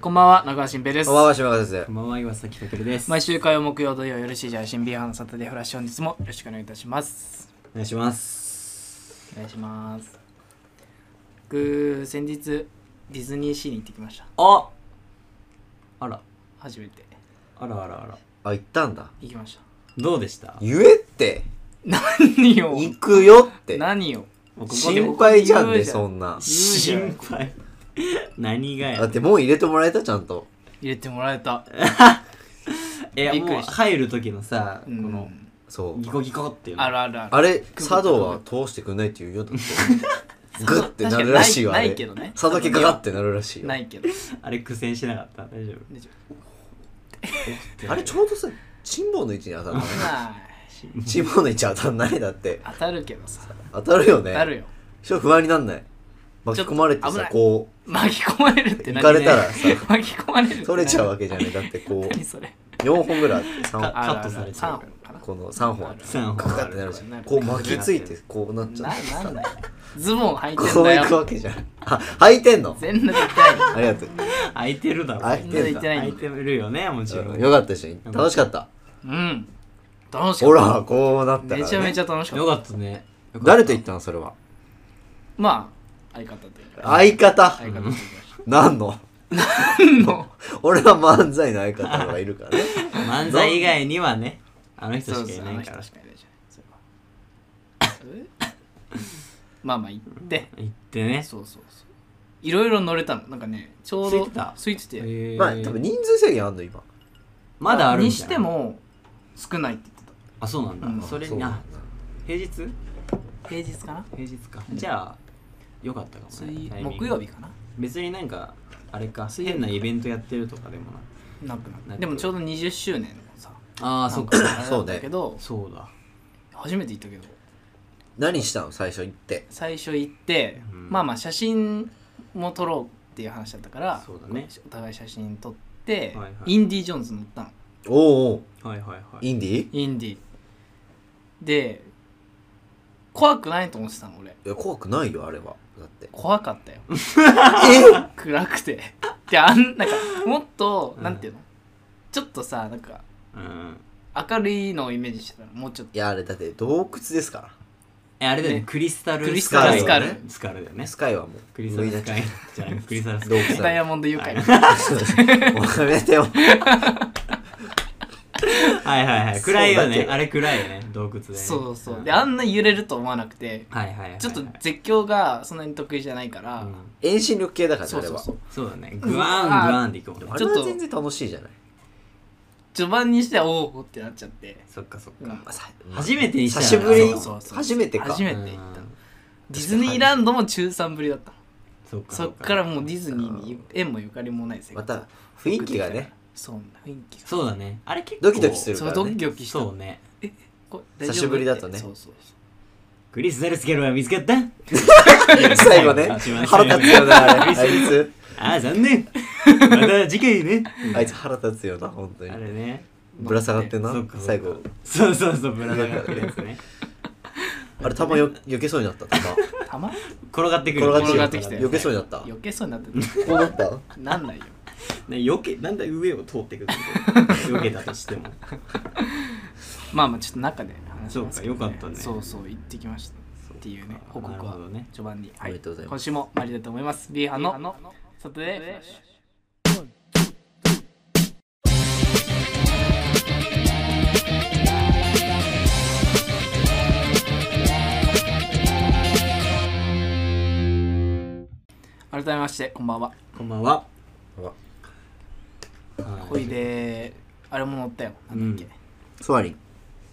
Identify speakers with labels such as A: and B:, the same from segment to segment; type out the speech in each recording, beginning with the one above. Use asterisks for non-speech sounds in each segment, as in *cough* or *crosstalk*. A: こんばんは、名古屋新平です
B: こん。ばんは、島川です
C: こ。んばんは、岩崎武です。
A: 毎週火曜、木曜、土曜、よろしいじゃん、新平ハのサタデーフラッシュ、本日もよろしくお願いいたします。
C: お願いします。
A: お願いします。僕、先日、ディズニーシーに行ってきました。
C: ああら、
A: 初めて
C: あらあらあら。
B: あ、行ったんだ。
A: 行きました。
C: どうでした
B: 言えって
A: 何を
B: 行くよって
A: 何を
C: もうここで
B: 心配じゃん
A: 言う
B: ね、
A: じゃん
B: そんな。
A: 言うじゃん
C: 心配。 *laughs* 何が
B: だっ
C: や。
B: てもう入れてもらえた、ちゃんと。
A: 入れてもらえた。
C: いや、
A: びっく
C: もう
A: りした
C: 入る時のさ、
A: う
C: こ
A: ん
C: の、
B: そう
C: ギ。コギコっていうの。
A: あるあるある。
B: あれ、茶道は通してくんないって言うよ、だ
A: *laughs*
B: って。グッてなるらしいわ、あ
A: 確かにない
B: れ
A: ないけどね。
B: 佐竹かかってなるらしいよ
A: な。いけど。
C: あれ苦戦しなかった大丈
A: 大丈
C: 夫
B: あれ、ちょうどさ、辛抱の位置に当たる
A: 夫まあ、し
B: 辛抱の位置当たんないだって。
A: 当たるけどさ。
B: 当たるよ
A: 当
B: ね。
A: たるよ。
B: 人不安になんない。巻き込まれて
A: ちょっと危な
B: さ
A: い、
B: こ
A: 巻き込まれるって何
B: 行かれたらさ
A: *laughs* 巻き込まれるって
B: う、
A: 何
B: 取れちゃうわけじゃない。だってこ
A: 何
B: う、
A: それ
B: 4本ぐらいあって、3
C: カ
B: 本。
C: カットされちゃうか
A: 3本
B: この3本ある
C: 3本
B: かかってなるじゃ
A: なんる
B: こう巻きついてこうなっち
A: か
B: ゃ
A: な
B: う
A: ななんだよズボン履いて
B: こ
A: ん
B: う
A: だ
B: いく
A: よ
B: わけじゃんあ履いてんの
A: 全裸絶対
B: ありがとう
C: ら空いてるだろ
B: 空いてんだ
A: てない
C: 空いてるよねもちろ
B: うん
C: ん
B: よ
C: よ
B: かったでしょ楽しかった
A: うん楽しか
B: ほ
A: っ
B: らこうなったたらね
A: めちゃめちゃ楽しかった
C: かったねよかった
B: 誰と行ったのそれは
A: まあ相方というか
B: 相方
A: 相方という
B: 何の
A: か
B: 俺は漫才の相方がいるからね
C: 漫才以外にはねあの
A: *laughs*
C: 人
A: そう
C: し
A: そう
C: か
A: あ
C: い
A: の
C: ない
A: 人
C: から
A: しかいないじゃんそれはえ *laughs* まあまあ行って
C: 行ってね
A: そうそうそういろいろ乗れたのなんかねちょう
C: 空い
A: ど
C: てた
A: 空いてて
C: えー
B: まあ多分人数制限あんの今
C: まだあるんだ
A: にしても少ないって言って
C: あそうなんだ、
A: うん
C: それ
B: そう
C: にあ
B: なんだ
C: 平日
A: た平日かな
C: 平日かじゃあよかったかもね
A: 水
C: タイミング
A: 木曜日かな
C: 別になんかあれか変なイベントやってるとかでもない
A: なくなった
C: なく
A: でもちょうど20周年のさ
C: ああそっ
A: なん
C: か
A: あれ
B: そうね
A: だったけど
C: そうだ
A: 初めて行ったけど
B: 何したの最初行って
A: 最初行って、
C: うん
A: まあまあ写真も撮ろうっていう話だったから
C: そうだね
A: お互い写真撮って、
C: はいはい
A: インディ・ジョーンズ乗ったの
B: おうおう
C: はいはいはい
B: インディ
A: インディで怖くないと思ってたの俺
B: いや怖くないよあれは
A: *laughs*
B: だって
A: 怖かったよ
B: え
A: 暗くてであんなんかもっと、
C: うん
A: なんていうのちょっとさなんか
C: うん
A: 明るいのをイメージしてたのもうちょっと
B: いやあれだって洞窟ですか
C: えあれだよね
A: ね
C: クリスタル
A: クリス
B: タル
C: スカイだよね
A: スカル
C: スカルだよ
B: ら
C: ね
B: スカイはもう
C: クリスタルスカイじ
A: *laughs*
C: ゃないクリスタルスカ
B: 洞
C: イ
B: 窟
A: ダイ
B: だ
A: ヤモンド愉快、
B: *laughs* もうやめてよ
C: はいはいはい暗いよ
B: そうだ
C: ね
B: けど
C: あれ暗いよね洞窟でね
A: そうそうで
C: ん
A: あんな揺れると思わなくて
C: はいはいはいはい
A: ちょっと絶叫がそんなに得意じゃないから、
C: うん
B: 遠心力系だからね
A: そ
B: あ
A: う
B: れ
A: そう
B: は
A: そう
C: そうだねグワ
A: うわー
C: ーングワーンでいこう
B: あ
A: ち
B: れ
A: ょっと
B: は全然楽しいじゃない
A: 序盤にしてはおーおーってなっちゃって、
C: そっかそっ
A: うん
C: か
B: まあさ
C: 初めてにした
B: 久
C: よ
B: しぶり
A: そうそうそう
B: 初めてか
A: 初めて行ったのディズニーランドも中3ぶりだったの
C: そっか
A: そっからもうディズニーに縁もゆかりもない生
B: ま
A: 活
B: た雰囲気がね
A: そう雰囲気が
C: そうだねあれ結構
B: ドキドキする
A: そうドキドキした
C: そうね
A: こ
B: 久しぶりだとね
A: 大丈夫ってそうそう
C: クリスタルスケルは見つかった
B: 最
A: *laughs*
B: 後ね
C: 一番
B: 腹
C: 最後
B: 立つよなあれあいつ
C: ああ残 *laughs* 念また次回ね
B: あいつ腹立つよな本当
C: あ
B: に
C: れね
B: ぶら下がってんな
C: そっかそっか
B: 最後
C: そうそうそうぶら下がってるやつね
B: あれ玉よ避けそうに
A: *laughs*
B: なった玉
A: そうたま
C: *laughs* 転がってくる
B: 転が
A: ってきて
B: 避けそうになったこ
A: 避けそうになってた
B: うなった
A: なんないよ
C: ね避けなんだ上を通ってくる避けたとしても
A: まあまあちょっと中で話しますけど
C: そうかよかったね
A: そうそう行ってきましたっていうね報告
C: なるほど
A: は
C: ね
A: 序盤に、は
B: おめでとうございます
A: 今週も参りたいと思います B 班のサタデーフラッシュ改めましてこんばんは
C: *laughs* こんばんは
B: うわ
A: ほいであれも乗ったよなんだっけ、
C: うん
B: ソアリン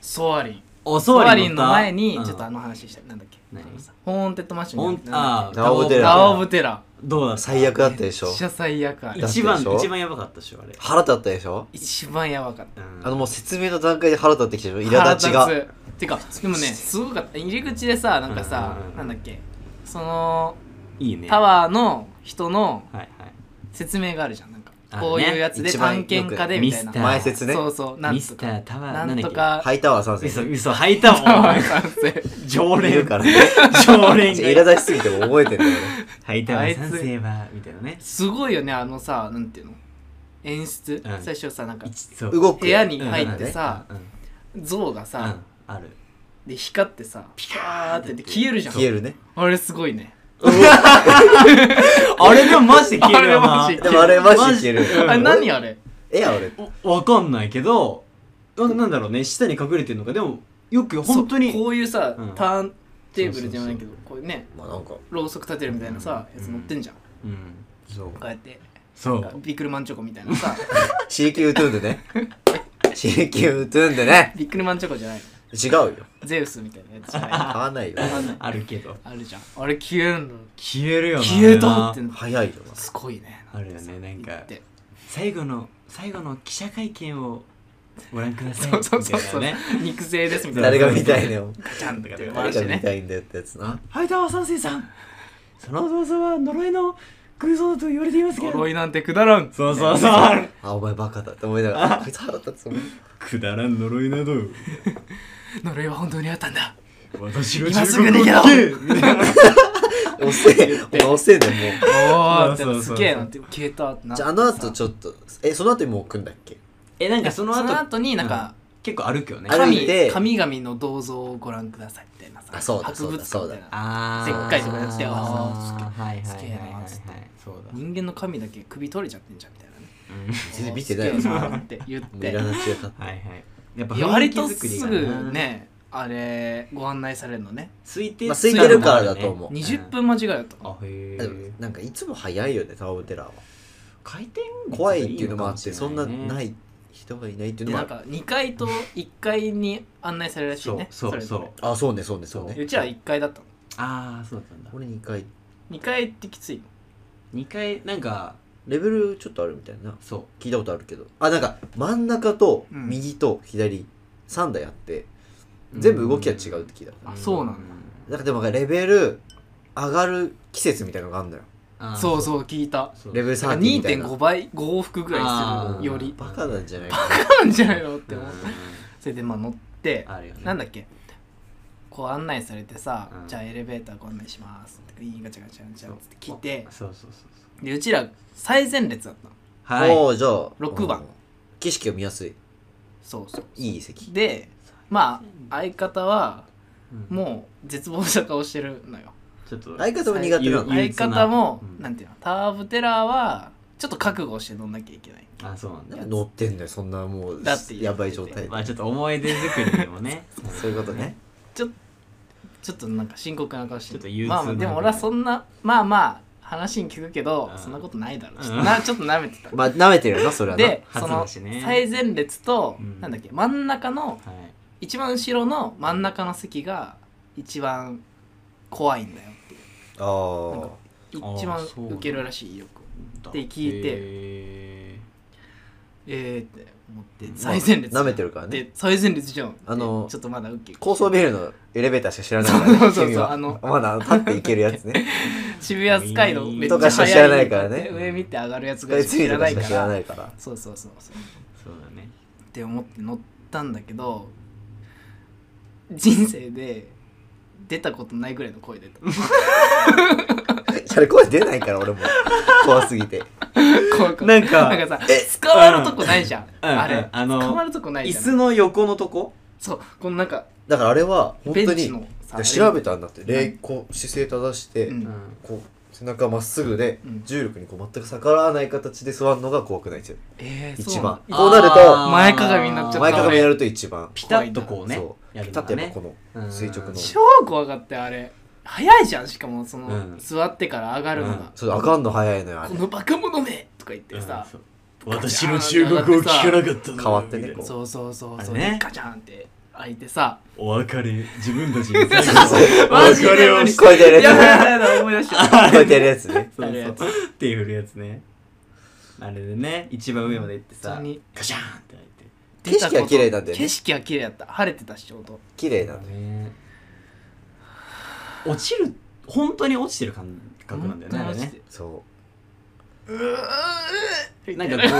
A: ソアリン
C: お
A: ソ
C: ソ
A: ア
C: ア
A: リ
C: リ
A: ン
C: ン
A: の前に
C: うん
A: ちょっとあの話したいなんだっけ
C: 何
A: ホーンテッドマンションな
C: ほ
A: ん
C: ん
A: だっけ
C: あー
B: ダオブテラ
A: ラオブテラ
C: どうだった
B: 最悪だったでしょ
A: めっちゃ最悪あれ
B: だ
C: 一番
B: でしょ
C: 一番やばかったでしょあれ
B: 腹立ったでしょ
A: 一番やばかっ
C: うん
B: あのもう説明の段階で腹立ってきてる苛立ちが
A: 腹立つてかでもねすごかった入り口でさなんかさ
C: うんうんうん
A: なんだっけその
C: いいね
A: タワーの人の
C: はいはい
A: 説明があるじゃんなんか
C: あるね
A: こういうやつで
B: 一番
A: 探検家でみたいな
C: よく
B: 前説ね
A: そうそうなん
C: ミス
A: と
C: タ
A: か
C: ータワー
A: な
C: だ
A: ん
C: っけ
A: とか
B: ハイタワー参
C: 嘘
B: 戦
C: 嘘吐いた
A: タ
C: も
A: ワー
C: ん
A: 賛成
C: 常
B: い
C: 連
A: *laughs*
B: る
C: か
B: かららね
C: 常
B: *laughs*
C: 連が
B: 苛立ちすぎても覚えてんだよね
C: 吐いた
A: あ
C: わ
A: いつ
C: 賛成はみたいなね
A: すごいよねあのさなんていうの演出、
C: うん
A: 最初さなんか
C: 一そう
B: 動く
A: 部屋に入ってさ、
C: うんうん
A: 像が
C: うんう
A: さ、
C: んある
A: で光ってさピカーってって消えるじゃん
B: 消えるね
A: あれすごいね
C: あれでもマジで消えるよな
A: あれマジ
B: でもあれマジ消える
C: うん
A: あれ何あれ
B: えや俺
C: おわかんないけどななんだろうね下に隠れてるのかでもよく本当
A: そうこ
C: に
A: ういうさ、
C: うん
A: ターンテーブルじゃないけどこういうね
B: まあなんか
A: ろうそく立てるみたいなさ、
C: うん
A: やつ乗ってんじゃんこ
C: うんそう
A: うやって
C: そう
A: ビックルマンチョコみたいな
C: *laughs*
A: さ
B: CQ トゥーンでね CQ トゥーンでね
A: ビックルマンチョコじゃない
B: 違うよ
A: ゼウスみたいなやつじゃ
C: *laughs*
A: ない
B: 変わんないよ
C: あるけど
A: あるじゃんあれ消えるの
C: 消えるよな
A: 消えたっての
B: 早いよ
A: すごいね
C: あるよねな
A: 言
C: ん
A: っ
C: か
A: て
C: 最後の最後の記者会見をご覧ください
A: そうそうそうそう
C: みたいなね
A: 肉声ですみた
B: ない
A: な
B: 誰が見たいのよ
A: ガチャンとかって回
B: 誰
A: し
B: が
A: て
B: 見
A: ね
B: たいんだよってやつな
C: ハイタワー三世さんその想像は呪いの偶像と言われていますけど
A: 呪いなんてくだらん
C: そうそうそう
B: あお前バカだって思いながらあこいつ腹立つもん
C: くだらん呪いなど
A: 呪いは本当にあったんだ
C: 私の
A: 今すぐ逃げろ
C: ろ *laughs*
B: 遅えお前遅えだよも
A: おーって
C: そうそうそう
A: すげえなって消えたってなっ
B: う
A: て
B: じゃああの後ちょっとえその後にもう来んだっけ
C: えなんかそ
A: そ
C: の
A: の
C: 後
A: 後になんか
C: 結構歩くよね
B: あ歩
A: 神
B: いて
A: 神々の銅像をご覧くださいみたいなさ
B: あそうだ
A: 博物館みたいなー
C: あ
A: でっかいとこやってあー
C: はいはい
A: す
C: は
A: げ
C: い
A: え
C: はい
A: な
C: はい
A: つって
C: そうだ
A: 人間の神だけ首取れちゃってんじゃんみたいなね
B: 全然見てないよ
A: おーすげえなって言っ
B: もうい
A: て
B: らなくてよかった
C: はいはいやっぱ
A: いや割と
C: 雰囲気
A: す
C: 作りがな
A: ぐ
C: *laughs*
A: ねあれご案内されるのね
C: 空いて
B: まあ空いてるからだと思う
A: 20分間違いだった
C: あへ
B: でも
C: え
B: なんかいつも早いよねタワーオブテラーは
C: 回転
B: 怖いっていうのもあってそんなないい人がいないっていう
A: で
B: のも
A: な
B: あ
A: ん
B: る
A: か2階と1階に案内されるらしいね
C: そうそう
A: れぞれ
C: そう
B: あそうねそうねそう
A: う
B: ね
A: ちら1階だったの
C: ああそうだったんだ
B: 俺2回
A: 2階ってきついの
C: 2回なんか
B: レベルちょっとあるみたいな
C: そ
B: 聞いたことあるけどあなんか真ん中と
A: うん
B: 右と左3台あって、
C: う
B: 全部動きが違うって聞いたことあ
A: あそうなんだ
B: るなんかでもなんかレベル上がる季節みたいなのがあるのよ
C: あー
A: そうそう聞いた
C: そう
B: レベル
A: なん
B: 3
A: か
B: みたいな
A: 2.5倍5往復ぐらいす
C: あー
A: るより
B: バカなんじゃないかな
A: なんじゃないのって
C: うん
A: 思うそれでまあ乗って
C: あるよね
A: なんだっけこう案内されてさ「
C: うん
A: じゃあエレベーターご案内します」ってガチャガチャガチャって来て
C: そうそうそうそう
A: でうちら最前列だったの
C: はい
B: おーじゃあ
A: 六番
B: うん景色が見やすい
A: そうそう
B: いい席
A: でまあ相方は
C: うん
A: もう絶望した顔してるのよ
C: ちょっと
B: 相方も苦手なの
C: はい憂
A: 相
C: 鬱な
A: 方も、
C: うん
A: なんていうのターブテラーはちょっと覚悟して乗んなきゃいけない
C: あそうなんだ
B: なんか乗ってんだよそんなもう
A: だって
B: やばい状態で
C: まあちょっと思い出作りで
A: *laughs*
C: もね
B: そういうことね
A: ちょっとなんか深刻な顔して
C: ちょっと憂鬱
A: ま
C: な
A: あまあでも俺はそんなまあまあ話に聞くけど
C: うん
A: そんなことないだろう
C: うん
A: ちょっとなちょっと舐めてた
B: まあ舐めてるよなそれはな
A: で
C: 初
A: そ
C: だ
A: の
C: しね
A: 最前列と、
C: うん
A: なんだっけ真ん中の
C: はい
A: 一番後ろの真ん中の席が一番怖いんだよって
B: あ
A: なん
B: ー
A: か一番
C: そう
A: 受けるらしいよくって聞いて
C: て
A: えーって思って最前列
B: まあ舐めてるからね
A: で最前列じゃん
B: あの
A: でちょっとまだウケ
B: 高層ビルのエレベーターしか知らないからね
A: そうそうそう
B: 君は
A: あの
B: まだ立っていけるやつね
A: 渋谷スカイのめっちゃ
B: とかしか
A: 速い
B: 知らないからね
A: で上見て上がるやつ
B: ス
A: が
B: カイツリ
A: 知
B: ーと
A: らな
B: かし
A: い
B: か
A: か
B: 知らな
A: ら
B: いから
A: そうそうそうそう
C: そうだね
A: って思って乗ったんだけど人生で出たことないぐらいの声
B: *laughs*
A: 出た
B: それ声出ないから俺も怖すぎて
A: 怖く
C: なんか
A: なんかさ捕まるとこないじゃん、
C: うん
A: あれ、
C: うんあの
A: 捕まるとこない
C: 椅
A: じゃ
C: 子
A: ん
C: の横のとこ
A: そうこのなんか
B: だからあれは本
A: ベ
B: 当
A: ン
B: に
A: チのさ
B: 調べたんだって
A: れ
B: 礼こう姿勢正して、
A: うん
B: こう背中まっすぐで、
A: うん
B: 重力にこう全く逆らわない形で座るのが怖くないんですよ
A: えー、
B: 一
A: そうな
B: 番
A: の
B: こうなる
C: あ
B: と
C: ー
A: 前かがみになっちゃった
B: 前かがみやると一番
C: ピタッとこうね
B: そう
C: やる
B: ピタ
C: の
B: ッと
C: が
B: やっ
C: ね
B: ぱこの垂直の
C: うん
B: そ
A: 超怖かったよあれ早いじゃんしかもその、
C: うん
A: 座ってから上がるのが、
C: うん
B: うあかんの早いのよあ
A: こ
B: れ
A: のバカ者めとか言ってさ、
C: うんそう私の忠告を聞かなかったの
B: 変わってねこう
A: そうそうそうそう、
C: あれね
A: ガチャンって開いてさ
C: お別れ自分たちに最 *laughs* 後の
A: マジで
C: お別れを
A: 無理
C: し
B: 聞こえて
A: や
B: る
A: だ
B: や
A: やだやだ思い出しちゃっ
B: つ聞こえてるやつね
C: *laughs* そうそう手振るやつねあれでね一番上まで行って
A: た本
C: さ
A: 当に
C: ガシャーンって入って
B: 景色は綺麗なんだよね
A: 景色は綺麗だった晴れてたしちょうど
B: 綺麗なんだよ
C: ね落ちる本当に落ちてる感覚なんだよねあれね
B: そ
C: なんかこう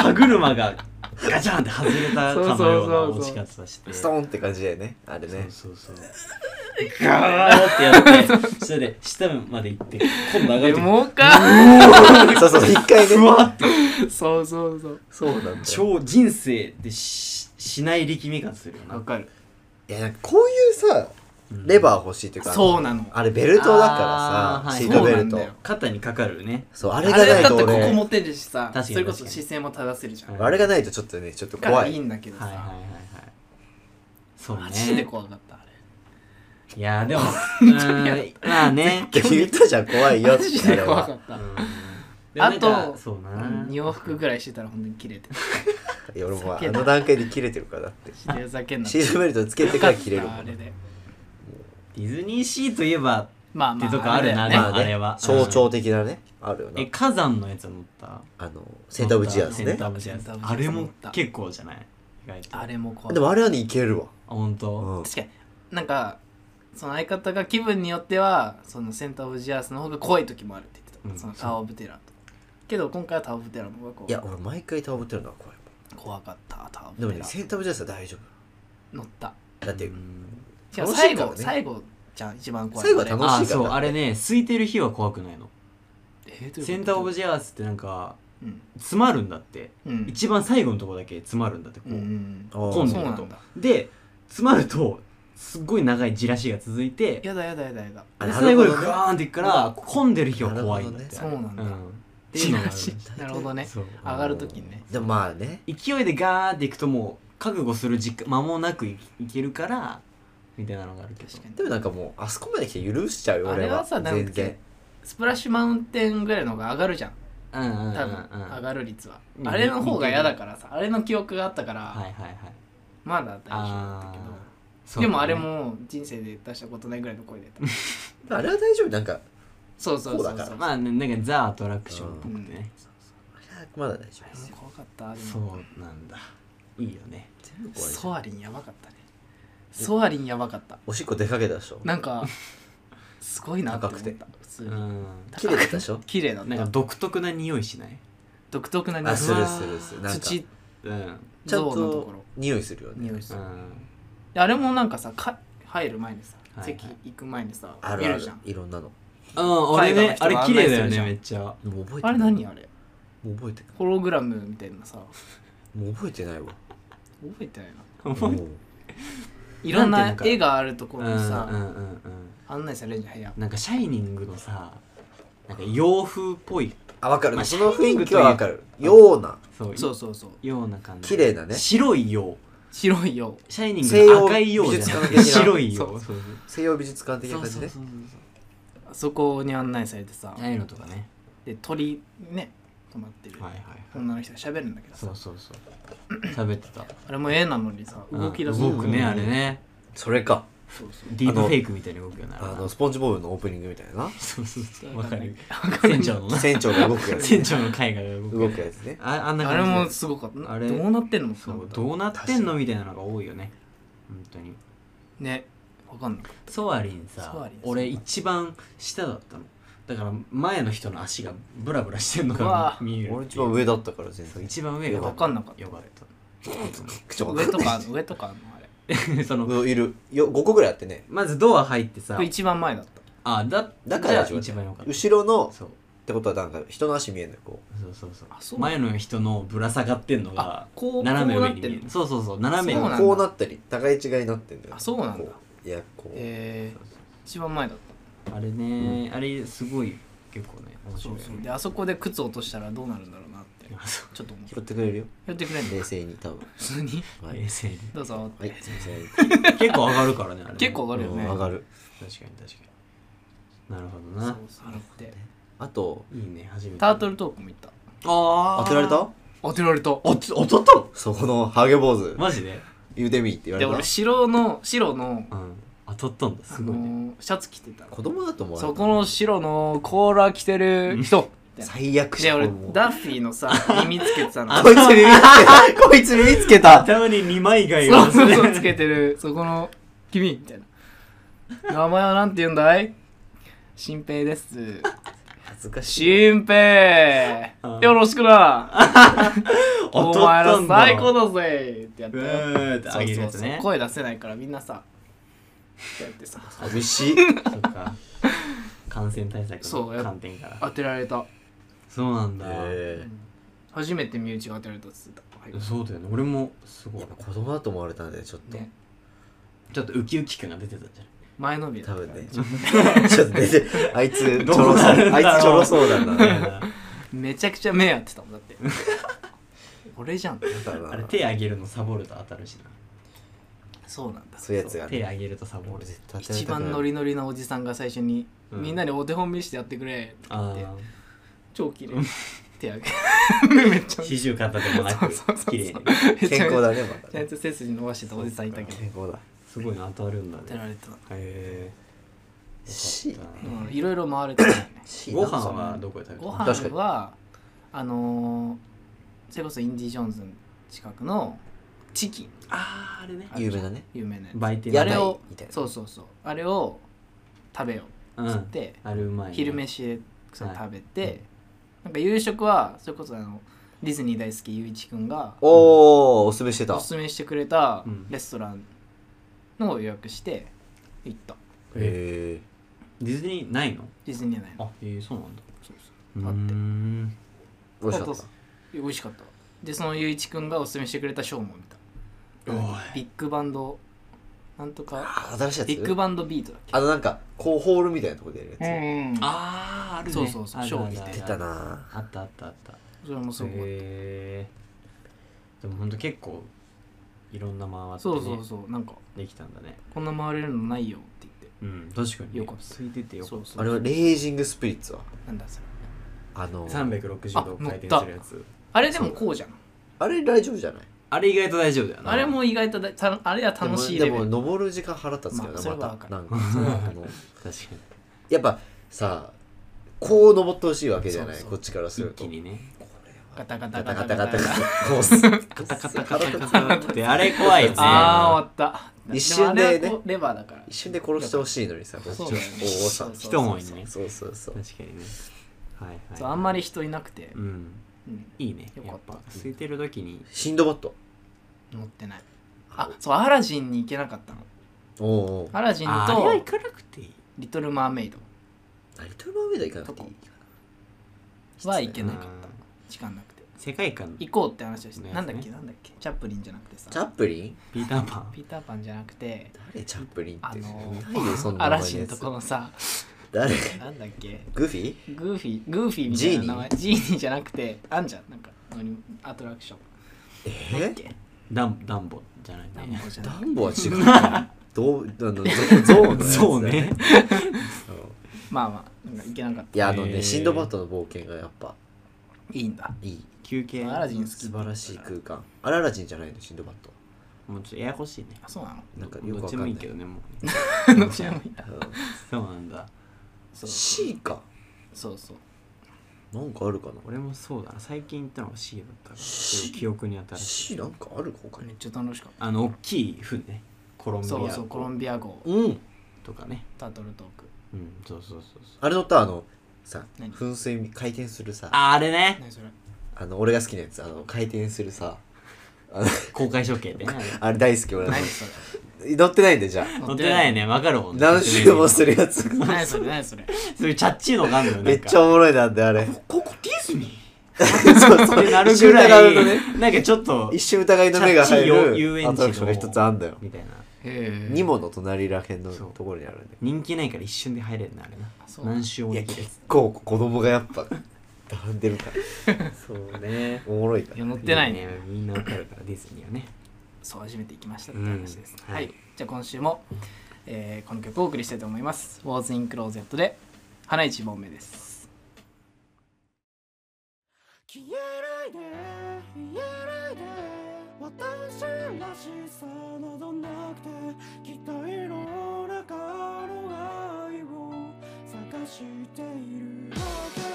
C: *laughs* 歯車がガチャンって外れたかのような落ち方して
B: うストーンって感じだよねあれね
C: そうそうそうガーってやって下で下まで行って今度上が
A: エ
C: ると
A: モか
B: そうそう一回
C: *laughs*
B: ね
C: ふわって
A: そうそうそう
B: そうなんだよ
C: 超人生でししない力みがするよ
A: わ
C: な
A: かる
B: いやなんかこういうさレバー欲しいっていうか
A: そうなの
B: あれベルトだから
C: あー
B: さ
C: はい
B: シートベル
A: そう
B: ト
A: なんだよ
C: 肩にかかるね
B: そうあ
A: あ
B: れがない
A: れだ
B: と
A: ってここ
B: 俺
A: 持ってるしさ
C: 確かに
A: それこそ
C: 確かに
A: 姿勢も正せるじゃん
C: は
A: だ
C: い
B: あれがないとちょっとねちょっと
A: から
B: 怖
A: いい
B: い
A: んだけど
C: はいはいはい
A: さ
C: はいそうね
A: マジで怖かったあれ
C: いやー
A: *laughs*
C: でも
A: 当にやだ
C: うーんまあね
B: って言ったじゃん怖いよ
A: マ
B: って
A: ジ
B: あ
A: で
B: れ
A: 怖
B: は
A: かった
C: でもなんか
A: あと
C: そうな
A: 2往復ぐらいしてたら本当に切れて
B: いや俺もうあ
A: 避けた
B: の段階で切れてるからだって
A: ひでふざけんな
B: シートベルトつけてから切れるもん
A: あれで
C: ディズニーシーといえば
A: まあまあ
C: ってとこあるな
A: れだよね
B: まあ
C: あれは
B: ね象徴的なねあるよ
C: え
B: な
C: 火山のやつは乗った
B: あのセンターブチアーズ
C: セン
B: ね
C: ターブチアー
A: センター
C: ズ
A: ブチアーズ
C: あれも結構じゃない意外と
A: あれも怖い
B: でもあれはねいけるわ
C: あ本当
B: うん
A: 確かになんかその相方が気分によってはそのセンター・オブ・ジアースの方が怖い時もあるって言ってた、
C: うん
A: そのタワー・オブ・テラーとけど今回はタワー・オブ・テラーの方がこう
B: いや俺毎回倒れてるのは怖いも
A: 怖かったタワー・
B: んで
A: オ
B: も
A: ブ・テ
B: ね
A: ラー
B: センターブチアーズは大丈
A: 乗った
B: 夫だって
C: うん
A: しかも
B: 楽し
A: 最
B: いから
A: 後、
B: ね
A: 最後じゃん一番怖い
B: 最後は楽しい
C: あ
B: か
C: そう
B: ら
C: あれね空いてる日は怖くないの
A: え
C: センターオブ
A: ジ
C: ジェアースってなんか
A: うん
C: 詰まるんだって
A: うん
C: 一番最後のとこだけ詰まるんだってこ
A: う
C: うん
B: あー
C: 混ん
A: そ
C: で
A: う
C: る
A: な
C: と
A: んだ
C: で詰まるとすっごい長いじらしが続いて
A: やだやだやだやだ
B: あ
C: で
B: なるほど
C: 最後に
B: ね
C: ガーンっていくから混んでる日は怖いんだって
A: なるほどねそうなんだ
C: っていうのがある
A: じらしなるほどね
C: そう
A: 上がる時にね
B: でもまあね
C: 勢いでガーンっていくともう覚悟する時間間もなくいいけるからみたいなのがあるけど
A: 確かに
B: でもなんかもうあそこまで来て許しちゃうよ
A: あ
B: 俺
A: れは
B: は
A: さなんか
B: 全然
A: スプラッシュマウンテンぐらいの方が上がるじゃん
C: うんうんうんうん
A: 多分上がる率は
C: うん
A: あれの方が嫌だからさあれの記憶があったから、
C: はいはいはい
A: まだ大丈夫だったけど
C: あー
A: でもあれ
C: そうだね
A: も人生で出したことないぐらいの声でた
B: あれは大丈夫なんか
A: そうそうそうそう
B: こうだから
A: まあ
C: まあねなんかザ・アトラクションっぽくてね
B: あれはまだ大丈夫ですよ
A: 怖かったで
C: そ
A: も
C: うなんだいいよね
B: 全部怖いじゃん
A: ソアリンやばかったねソアリンやばかった
B: おしっこ出かけたでしょ
A: なんかすごいなって思っ
B: 高く
A: た普通
C: う
A: に
C: ん
B: 綺麗だったでしょ
A: 綺麗だ
C: なん
A: ね
C: か独特な匂いしない
A: 独特な匂い
B: あするするするなんか
A: 土
C: うん
B: ちゃん
A: 像のとことろ
B: 匂いするよね
A: 匂いす
C: う
A: る
C: ん
A: であれもなんかさか入る前にさ、
C: はいはい
A: 席行く前にさ
B: あ
A: 見
B: るあ
A: じ
B: る
A: ゃん
B: いろんなの
C: うん、俺ね
A: 海、
C: あ
A: 外の人が
C: れ綺麗だよ
A: 案内するじ
C: ね、
A: ゃん
C: めっちゃ。
B: もう覚えて
A: あれ
B: ない
A: 何あれ
B: もう覚えてな
A: ホログラムみたいなさ
B: いもう覚えてないわ
A: 覚えてないな
C: うん
B: もう
A: いろん
C: な
A: な
C: んていうのか
A: 絵があるとこ
C: うん
A: ろ
C: う
A: に
C: ん
A: さ、
C: うん
A: 案内されるじゃん部屋
C: うん。なんか、シャイニングのさ、なんか洋風っぽい、
B: あわかる、
C: まあ
B: その雰囲気はわかるような
C: そう、
A: そうそうそう
C: ような感じ。
B: 綺麗なね
C: 白いよ
A: 白いよ
C: シャイニン
B: 西
C: グの
B: 洋
C: 赤いようじゃなく
B: 美
C: て、
B: 術館的な
C: 白いよ
A: そう
C: う。そう
B: 西洋美術館的
C: そ
B: な
C: う
B: 感
C: そ
B: じね
C: うそう。
A: あそこに案内されてさ
C: ああいうのとかね。
A: で鳥ね止まってる、
C: はいはいはい。
A: 女の人が喋るんだけどさ
C: そうそうそう。
A: *laughs*
C: 喋ってた。
A: あれも絵なのにさ動き出
C: うん
A: す
C: 動くね、
A: うん
C: あれね。
B: それか
A: そうそう
C: ディープフェイクみたいに動くよね。
B: あのスポンジボブのオープニングみたい
C: *laughs*
B: な
C: そうそうそう。わかる。
A: わかる
C: 船長のな
B: 船長が動くやつ
C: 船長の絵画が動く
B: 動。くやつね
C: ああんな
A: あ
C: 感
A: れ
C: じで。
A: もすごかった
C: あれ
A: どうなってんの
C: そ
A: なん
C: う
A: か
C: どうなってんのみたいなのが多いよね本当に
A: ねわかんない
C: ソアリンさ
A: ソアリンさ
C: 俺一番下だったのだから前の人の足がブラブラしてんの
A: うわ
C: が見見える
B: 俺一番上だったから全
C: そう
B: 然
C: 一番上が
A: わかんなかった
C: よかっ
B: 口も
A: 上とかあんの上とかあんのあれ
C: た *laughs* その
B: うんいるよ5個ぐらいあってね
C: まずドア入ってさ
A: これ一番前だった
C: あだ
B: だから
C: じゃあ一番よかった
B: 後ろの
C: そう
B: ってことはなんか人の足見えんのよこ
C: そうそうそう
A: あそう
C: 前の人のぶら下がってんのが
A: あこう
C: 斜め上
A: こうなっ
C: に
A: て
C: 見え
A: ん
C: る
A: の
C: そうそうそう斜め
B: う
C: に
A: そうなんだ
B: こうなったり互い違いになってんだよ
A: あそうなんだ
B: こいやこう、
A: え
C: そうそう
A: ー、一番前だった
C: あれねあれすごい結構ね面
A: そ
C: 白いうよ
A: そう
C: ね
A: であそこで靴落としたらどうなるんだろうなって
C: *laughs* そ
A: ちょっと思う
B: 拾ってくれるよ
A: やってくれんの
B: 冷静に多分
A: 普通に
C: う
B: は
C: 冷
B: い
C: 静に
A: どうぞ
B: はい全然
C: 結構上がるからねあれね
A: *laughs* 結構上がるよね
B: うん上がる
C: 確かに確かになるほど
A: そ
C: な
A: うそうやって
B: あと
C: いいね初めて
A: タートルトークも行った
B: 当
C: あー
B: てられた
A: 当てられた
C: あつ当たったの
B: そこのハゲ坊主
C: マジで
B: 言うてみって言わ
A: で
B: れた
A: 俺白の白の、
C: うん当たったんだすごい
A: あ
C: ね
A: のーシャツ着てた
B: 子供だと思われ
A: そ
B: た
A: この白のコーラ着てる人みたい
B: 最悪
A: な
B: じ
A: で
B: ゃん
A: 俺
B: もう
A: ダッフィーのさ耳つけてたの
B: *laughs* こいつ耳つけたこいつ耳つけた
C: 頭に2枚が
A: そうそう
C: *laughs*
A: そうつ
C: け
A: けてるそこの君みたいな名前はなんて言うんだい新平です
B: 恥ずかしい
A: 新平
C: うん
A: よろしくな
C: 当
A: お
C: た
A: 前
C: った
A: ら
C: んだ
A: 最高だぜってやっ
C: う
A: たよ
C: ーって
A: そ
C: あ
A: う
C: げる
A: そ
C: や
A: うそ
C: つ
A: う
C: ね
A: 声出せないからみんなさってやってさ
B: 寂しい
C: そっか感染対策
A: そうや
C: の観点から
A: 当てられた、
C: そうなんだ、
B: え
A: 初めて身内が当てられたっつってた、はい
C: そうだよね俺もす
B: ー
C: ごい
B: やっぱ子供だと思われたんでちょっと、
A: ね、
C: ちょっとウキウキ感が出てたんじゃない
A: 前のめりだ
B: 多
A: った
B: 分ね *laughs* ちょっと出てあいつちょろそう
C: どうなるんだ
B: あ
C: ろう
B: いつちょろそうだなだ
C: *laughs*
A: めちゃくちゃ目合ってたもんだって俺じゃん
B: から
C: あれ
B: な
C: 手あげるのサボると当たるしな
A: そうなんだ
B: そういうやつが
C: 手
B: ね
C: あげるとサボる
B: 絶対当
A: 一
B: てられたくな
A: 番
B: い
A: ノリノリなおじさんが最初に、
C: うん
A: みんなにお手本見してやってくれって言
C: あ
A: って
C: あ
A: 超綺麗手あげめっちゃ
C: *laughs* 四十肩でもなく綺麗に
A: めっちゃ
B: 健康だねま
A: *laughs* ち
B: た
A: ゃん
B: ね
A: と背筋伸ばしてたおじさんいたけど
B: 健康だ
C: すごいの当たるんだ
A: 当て *laughs* ら
C: ね
A: れてた、
C: へ
B: し
C: え
A: うん、いろいろ回れてたよね
C: ご飯はどこで食べた
A: ご
C: の
A: 飯
B: 確かに
A: はあのーそれこそインディ・ジョーンズの近くのチキン
C: あああれね
B: 有名だね
A: 有名なやつ
C: 売店
A: や
C: の
A: れを
B: みたいな
A: そうそうそうあれを食べよ
C: う
A: うっつっ
C: ん
A: て、
C: あれうまいね
A: 昼飯でそれ
C: はい
A: 食べて、なんか夕食はそれこそあのディズニー大好きゆういちくんが
B: おおおすすめしてた
A: おすすめしてくれた
C: うん
A: レストランのを予約して行った
C: え
B: へえ
C: ディズニーないの
A: ディズニーじゃないの
C: あええそうなんだ
A: そうそう
C: う
A: あって
C: ーん
B: 美味しか
A: あ
B: っ
A: そう
B: た
A: 美味しかったでそのゆういちくんがおすすめしてくれたショーも見た
C: おい
A: ビッグバンドなんとか
B: あ新しいやつ
A: ビッグバンドビートだっけ
B: あのなんかこうホールみたいなとこでやるや
A: んあ
C: あああるね
A: そうそうそう
C: あるある
A: ショー
C: あ
B: つ
C: る
B: 出たな
C: あったあったあった
A: それもすごい
C: へえでもほんと結構いろんな回って
A: そ
C: ね
A: うそうそうなんか
C: できたんだね
A: こんな回れるのないよって言って
C: うん確かに
A: よかった
C: 空いててよか
A: そ
C: っ
A: うそう
B: あれはレイジングスピリッツは
A: なんだそれ
B: あの
C: た360度回転するやつ
A: あれでもこうじゃん
B: あれ大丈夫じゃない
C: あれ意外と大丈夫だよな
A: あれも意外とだたあれは楽しいレ
B: で
A: ベ
B: もでも
A: ル
B: 登る時間腹立つけど
A: まあ
B: な
A: それは
B: ま
A: わか
B: た
A: る *laughs*
B: なんか
A: それはわか
B: あ
A: る
B: の
C: 確かに
B: やっぱさこう登ってほしいわけじゃない
A: そうそう
B: こっちからす
C: 一
B: ると
A: *laughs*
C: 気にね
A: ガタガタ
B: ガ
A: ガタ
B: タガ
A: ガ
B: タ
A: タ
B: ガ
A: ガ
B: タ
A: タ
B: こうす
C: カタカタカタカタってあれ怖いよね
A: *laughs* ああ終わった
B: 一瞬で
A: もあれ
B: ね
A: はこうレバーだから
B: 一瞬で殺してほしいのにさこっち
A: そ
B: を
A: う
B: こ
A: だよ
B: う
A: ね
B: さ
A: そう
C: 一思いにね
B: そうそうそう
C: 確かにねはいはい
A: そうあんまり人いなくて
C: うん
A: うん
C: いいね
A: よ
C: や
A: か
C: っ
A: った
C: ぱ空いてる時に
B: シンドバッド
A: 乗ってないあそうアラジンに行けなかったの
B: おおう
A: アラジン
C: ああれは行
A: と
C: かなくていい
A: リトル・マーメイド
B: あリトルマーメイド行かなくていい
A: は行けな
C: う
A: い
C: ん
A: 時間なくて
C: 世界観
A: 行こうって話をして
C: ね
A: なんだっけなんだっけチャップリンじゃなくてさ
B: チャップリン
C: ピーターパン
A: ピーターパンじゃなくて
B: 誰チャップリンっ
A: あ
B: て
A: の
B: ないよそんな
A: ア
B: 名
A: ラ
B: 前
A: ジ
B: の
A: ン
B: や
A: と
B: つ
A: このさ
B: 誰
A: なんだっけ
B: グーフィー
A: グーフィーグーフィーみたいな名前ジーニーじゃなくてあんじゃんなんか乗りアトラクションなんだっ
B: え
A: け
C: ダンダンボじゃない
A: ダン
C: ね
A: ボじゃな
B: ダ
A: い
B: ンボは違うなどうあのゾゾーンのやつだ
C: そうね
B: うん
A: まあまあなんか行けなかっ
B: い
A: た
B: やあの
C: へー
B: ねシンドバッドの冒険がやっぱ
A: いいんだ
B: いい
C: 休憩
A: アラジン好き
B: 素晴らしい空間アララジンじゃないのシンドバッドは
C: もうちょっとややこしいね
A: あそうなの
B: なんかよく
C: ど
B: わ
C: っ
B: か
C: ち
B: ん
C: も
B: ないい
C: いけどねもう
A: *laughs* どっちらもいいな
C: そうなんだ
A: そう
B: C か
A: そうそう
B: なんかあるかな
C: 俺もそうだな最近行ったのが C だったからちょっと記憶に新しい
B: C なんかある他
A: めっ
B: に
A: ちゃ楽しかっ
C: あの大きい船ねコロン
A: た
C: ビ
A: そう
C: ア
A: そうコロンビア号
B: うん
C: とかね
A: タートルトーク
C: うんそうそうそうそう
B: あれ乗ったあのさ
A: 何
B: 噴水み回転するさ
C: ああれね
A: 何それ
B: あの俺が好きなやつあの回転するさ
C: 公開処刑でねあれ
B: あれ大好き俺
A: 何それ
B: 乗ってないんでじゃあ
C: 乗ってない
A: ね
C: ねわかるもんね
B: 何周もするやつ
A: 何それ何それ
C: そういうチャッチーのがあるのよ
B: めっちゃ
C: ゃ
B: おもろいなんであれ
C: ここディズニ
B: そう
C: ーっ
B: そ
C: て
B: う
C: なる
B: 一瞬
C: ぐら
B: 疑うとね
C: いなんかちょっと
B: 一瞬疑いの目が入
C: チャッチー遊
B: る
C: 園
B: ア
C: 地
B: ト
C: の
B: ラクションが一つあんだよ
C: みたいな
A: へえ
B: ニモの隣らへんの
C: そう
B: ところにあるんで
C: 人気ないから一瞬で入れるなあれな
A: そう
C: 何周も
B: い
C: で
B: や
C: きるや
B: 結構子供がやっぱ並んでるから
C: つそうね
B: おもろいか
A: いや
B: ら
A: 乗ってないね
C: ねみんなわかるからディズニーはね
A: そう初めて行きましたって話です、
C: うん
A: はい、
C: はい
A: じゃあ今週も、えーこの曲をお送りしたいと思います「ウォーズ・イン・クローゼット」で「花一本目」です
D: 消えないで消えないで私らしさなどなくて期待の中の愛を探しているだけ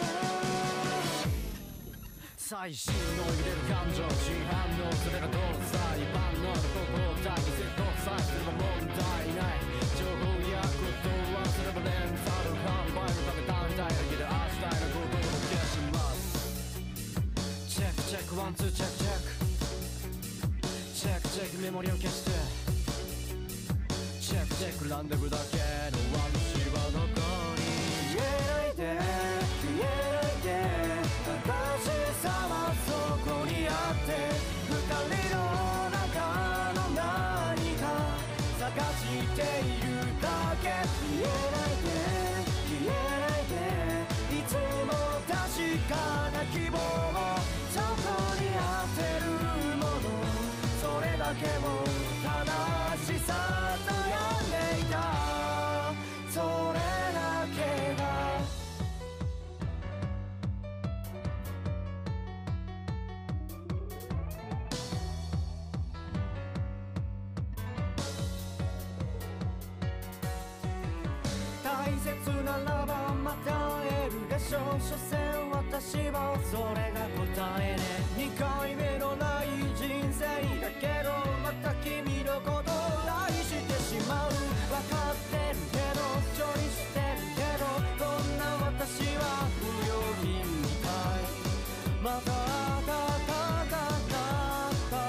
D: 最新の揺れる感情真反応それがどうさ一般の心を抱き絶倒さえすれば問題ない情報やことはすればレンタル販売のため単体だけで明日へのことを消しますチェックチェックワンツーチェックチェックチェックチェックメモリを消してチェチェックチェックランデブだけの私はどこに言えないで言えないで正しさはそこにあって二人の中の何か探しているだけ言えないで言えないでいつも確かな希望そこに当てるものそれだけを正しさと呼んでいたそれだけが大切ならばまた会えるが所詮私はそれが答えね2回目のない人生だけどまた君のことを愛してしまう分かってるけど処理してるけどこんな私は不用品みたいまたただただただ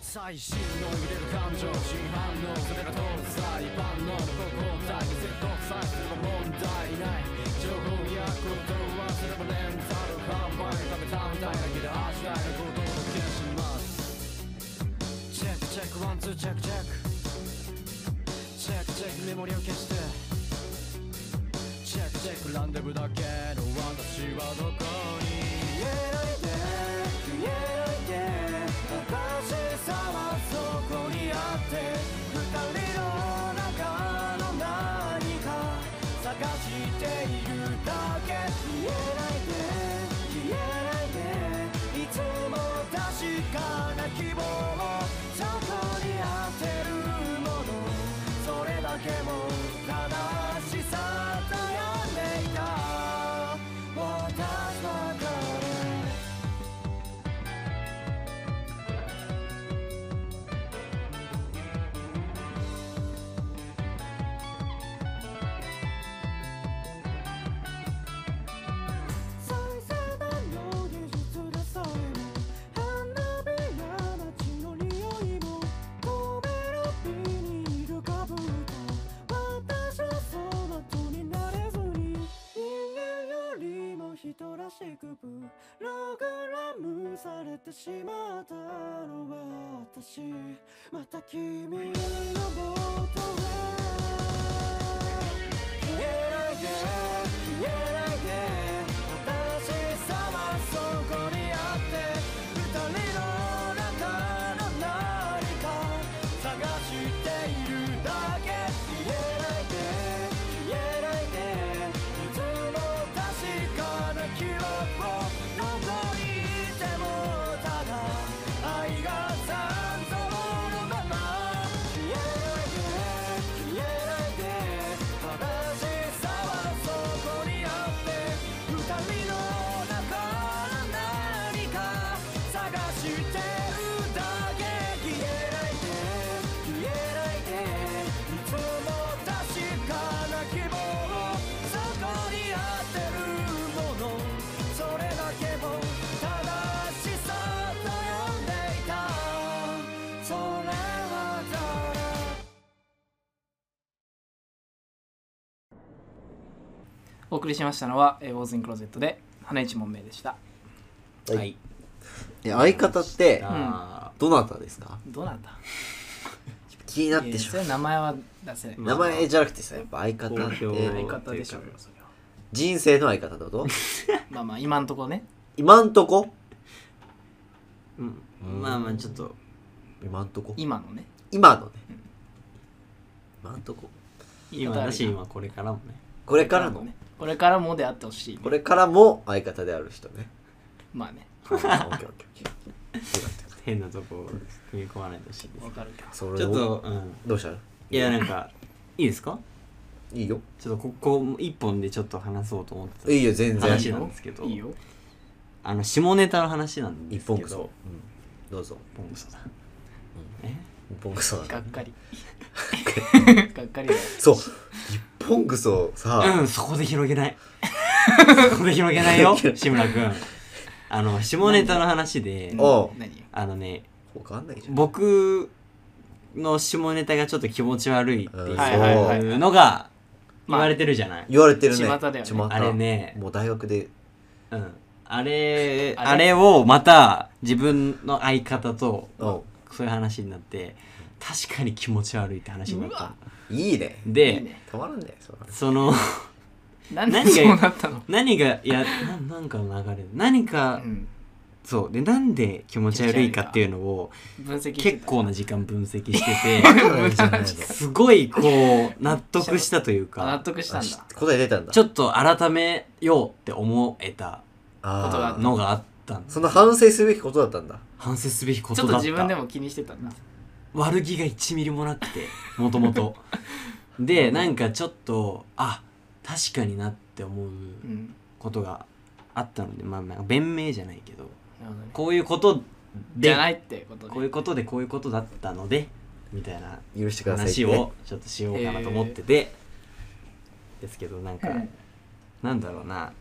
D: 最新の入れる感情真反応それが通る際万能の高校大絶国際すれば問題ない情報やことはすればレンタル販売食べたみたいだけど味わえることを決しますチェックチェックワンツーチェックチェックチェックチェックメモリを消してチェックチェックランデブだけの私はどこに言えないで言えないで正しさはそこにあって二人の中の何か探しているだけ言えないで言えないでいつも確かな希望をそこに当てるものそれだけも正しさと呼んでいた私は彼最先端の技術でさえも花火や街の匂いも飛べるビニールかぶった私はその後になれずに人間よりも人らしくプログラムされてしまったのは私また君の元へ言えないで言えないで正しさはそこにあって二人の中の何か探しているだけ言えないで言えないでいつも確かな記憶をどこにいてもただ愛が残像のまま言えないで言えないで正しさはそこにあって二人の中の何か探してるだけ消えないで消えないでいつも確かな希望をそこに当てるものそれだけを正しさと呼んでいたそれは誰
A: お送りしましたのは、えー、ウォーズインクローゼットで花一問目でした
B: はい
C: はい
B: え相方って
C: あ
B: どなたですか
A: どなた
B: 気になってし
A: いやそれ
B: ま
A: は名
B: う
A: 前は出せない、
B: 名前じゃなくてさやっぱ相方って
E: 公表
A: 相方でしょうよそれは
B: 人生の相方ってこと
A: まあまあ今んとこね
B: 今んとこ
C: ーうんまあまあちょっと
B: 今んとこ
A: 今のね
B: 今のね今んとこ
A: 言い
C: 今
A: 方悪いな
C: だし今これからもね
B: これからの
A: ねこれからもであってほしいね、
B: これからも相方である人ね
A: まあね
B: はいオッケーオッケーオッケーよかったよかっ
C: 変なとこ踏み込まないでほしいで
A: わかるけど
B: たそれ
C: すちょっとうん
B: どうしたの
C: いやなんかいいですか
B: いいよ
C: ちょっとここ一本でちょっと話そうと思ってた
B: いいよ全然
C: 話なんですけど
A: いいよ
C: あの下ネタの話なんですけど
B: 一本くそどうぞ
E: ボングソだ
B: ポングソ
A: が
B: だ
A: っ
B: な
A: かりがっかりだよ
B: そうポングソさ、
C: うん、そこで広げない。そこで広げないよ、志村くん。あの、下ネタの話で、
B: おう
A: 何
C: あのね、
B: わかんないじゃん
C: 僕の下ネタがちょっと気持ち悪いって
B: うんはい
A: はいはい
C: いうのが言われてるじゃない。
B: 言われてるね
A: 巷だよね
B: 巷
C: あれね、
B: もう大学で
C: うん。あれ、
A: あ
C: あ
A: れ
C: れをまた自分の相方と
B: お
C: そういう話になって、確かに気持ち悪いって話になっ
A: う
C: た
A: わ。
B: いいね
A: いい
C: で、
A: ね
B: たまらんねそれは
C: その、
A: なんで
C: 何が
A: そうなったの
C: 何が、いや、ななんかの流れで、何
A: う
C: か、
A: ん
C: そうでなんで気持ち悪いかっていうのを
A: 分析してた
C: 結構な時間分析し
A: *laughs*
C: て
B: わ
C: て
B: かんないじゃないの
C: すごいこう納得したという
A: あ納
C: か
A: 得したんだ
B: あ答え出たんだ
C: ちょっと改めようって思えた
A: ことがあ
B: あ
A: っ
B: あ
C: のがあったんです
B: その反省すべきことだったんだ
C: 反省すべきこ
A: ち
C: と
A: ょっと
C: だっ
A: 自分で
C: た
A: も気にしてたんだ
C: 悪気が1ミリもなくてもと
A: *laughs*
C: もとでなんかちょっとあ確かになって思う
A: うん
C: ことがあったのでまあなんか弁明じゃないけど
A: なるほどね
C: こういうこと
A: じゃな
C: で
A: いってことね
C: こういうことでこういうことだったのでみたいな
B: 許してくださいって
C: 話をちょっとしようかなと思ってて、ですけどなんか、
A: うん
C: なんだろうな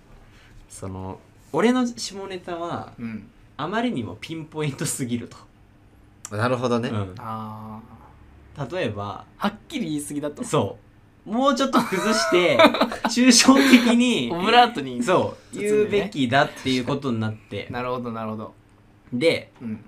C: その俺の下ネタは
A: うん
C: あまりにもピンポイントすぎると、
B: なるほどね、
C: うん
A: あ
C: 例えば
A: あはっきり言い過ぎだと
C: そうもうちょっと崩して抽象的に
A: オブラートに
C: そう
A: 包んで
C: 言
A: ね
C: うべきだっていうことになって
A: なるほどなるほど
C: で
A: うん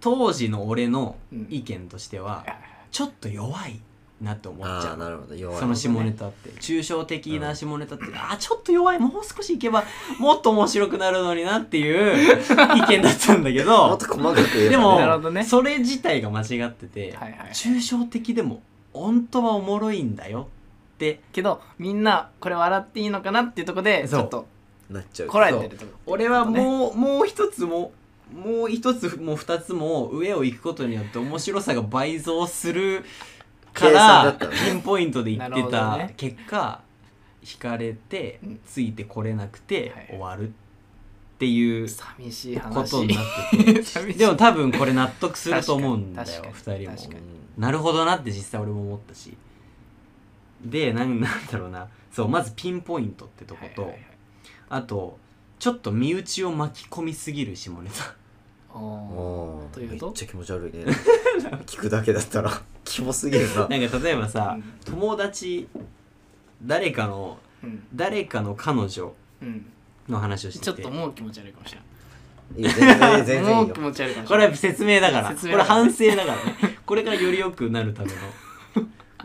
C: 当時の俺の意見としては、ちょっと弱いなって思っち
B: あ
C: ゃ
B: あ
C: う
B: なるほど弱い
C: その下ネタって抽象的な下ネタって、ああちょっと弱いもう少しいけばもっと面白くなるのになっ
B: *laughs*
C: ていう意見だったんだけ
B: もっ
C: ど
B: と細かく言えばね
A: な
C: で
A: るほ
C: も、
A: どね
C: それ自体が間違ってて、
A: はいはい
C: 抽象的でも本当はおもろいんだよって
A: けどみんなこれ笑っていいのかなっていうとこでち
C: そう
A: ょっと
B: なっちゃう
A: こらえてるとこ
C: 俺はもう,、もう一つももう一つも二つも上を行くことによって面白さが倍増するか
B: 計算だっ
C: ら
B: たのね
C: ピンポイントで言って
A: なるほど
C: た
A: ね
C: 結果、引かれて
A: うん
C: ついてこれなくて
A: はい
C: 終わるっていう
A: 寂しい
C: こ
A: 話
C: とになってて
A: *laughs* 寂しい
C: でも多分これ納得すると思うんだよ
A: 確かに
C: 二人も
A: 確かに
C: なるほどなって実際俺も思ったしでなんなんだろうなそうまずピンポイントってとこと、
A: はいはいはい
C: あとちょっと身内を巻き込みすぎる下ネタ *laughs*
B: うん
A: おー
B: おー
A: という
B: めっ
A: と
B: ちゃ気持ち悪いね *laughs* 聞くだけだっ
A: *laughs*
B: たらキモすぎるな
C: なんか例えばさ、
A: うん
C: 友達誰かの
A: うん
C: 誰かの彼女
A: うん
C: の話をしてて
A: ちょっともう気持ち悪いかもしれない
B: いいよ全然全然
A: も
B: いいうよ
A: 気持ち悪いかもし
C: こ
A: れ
C: れ
A: ない
C: は説明だから
A: 説
C: こ
A: 明
C: れ
A: だから
C: 反省だからねこれからより良くなるための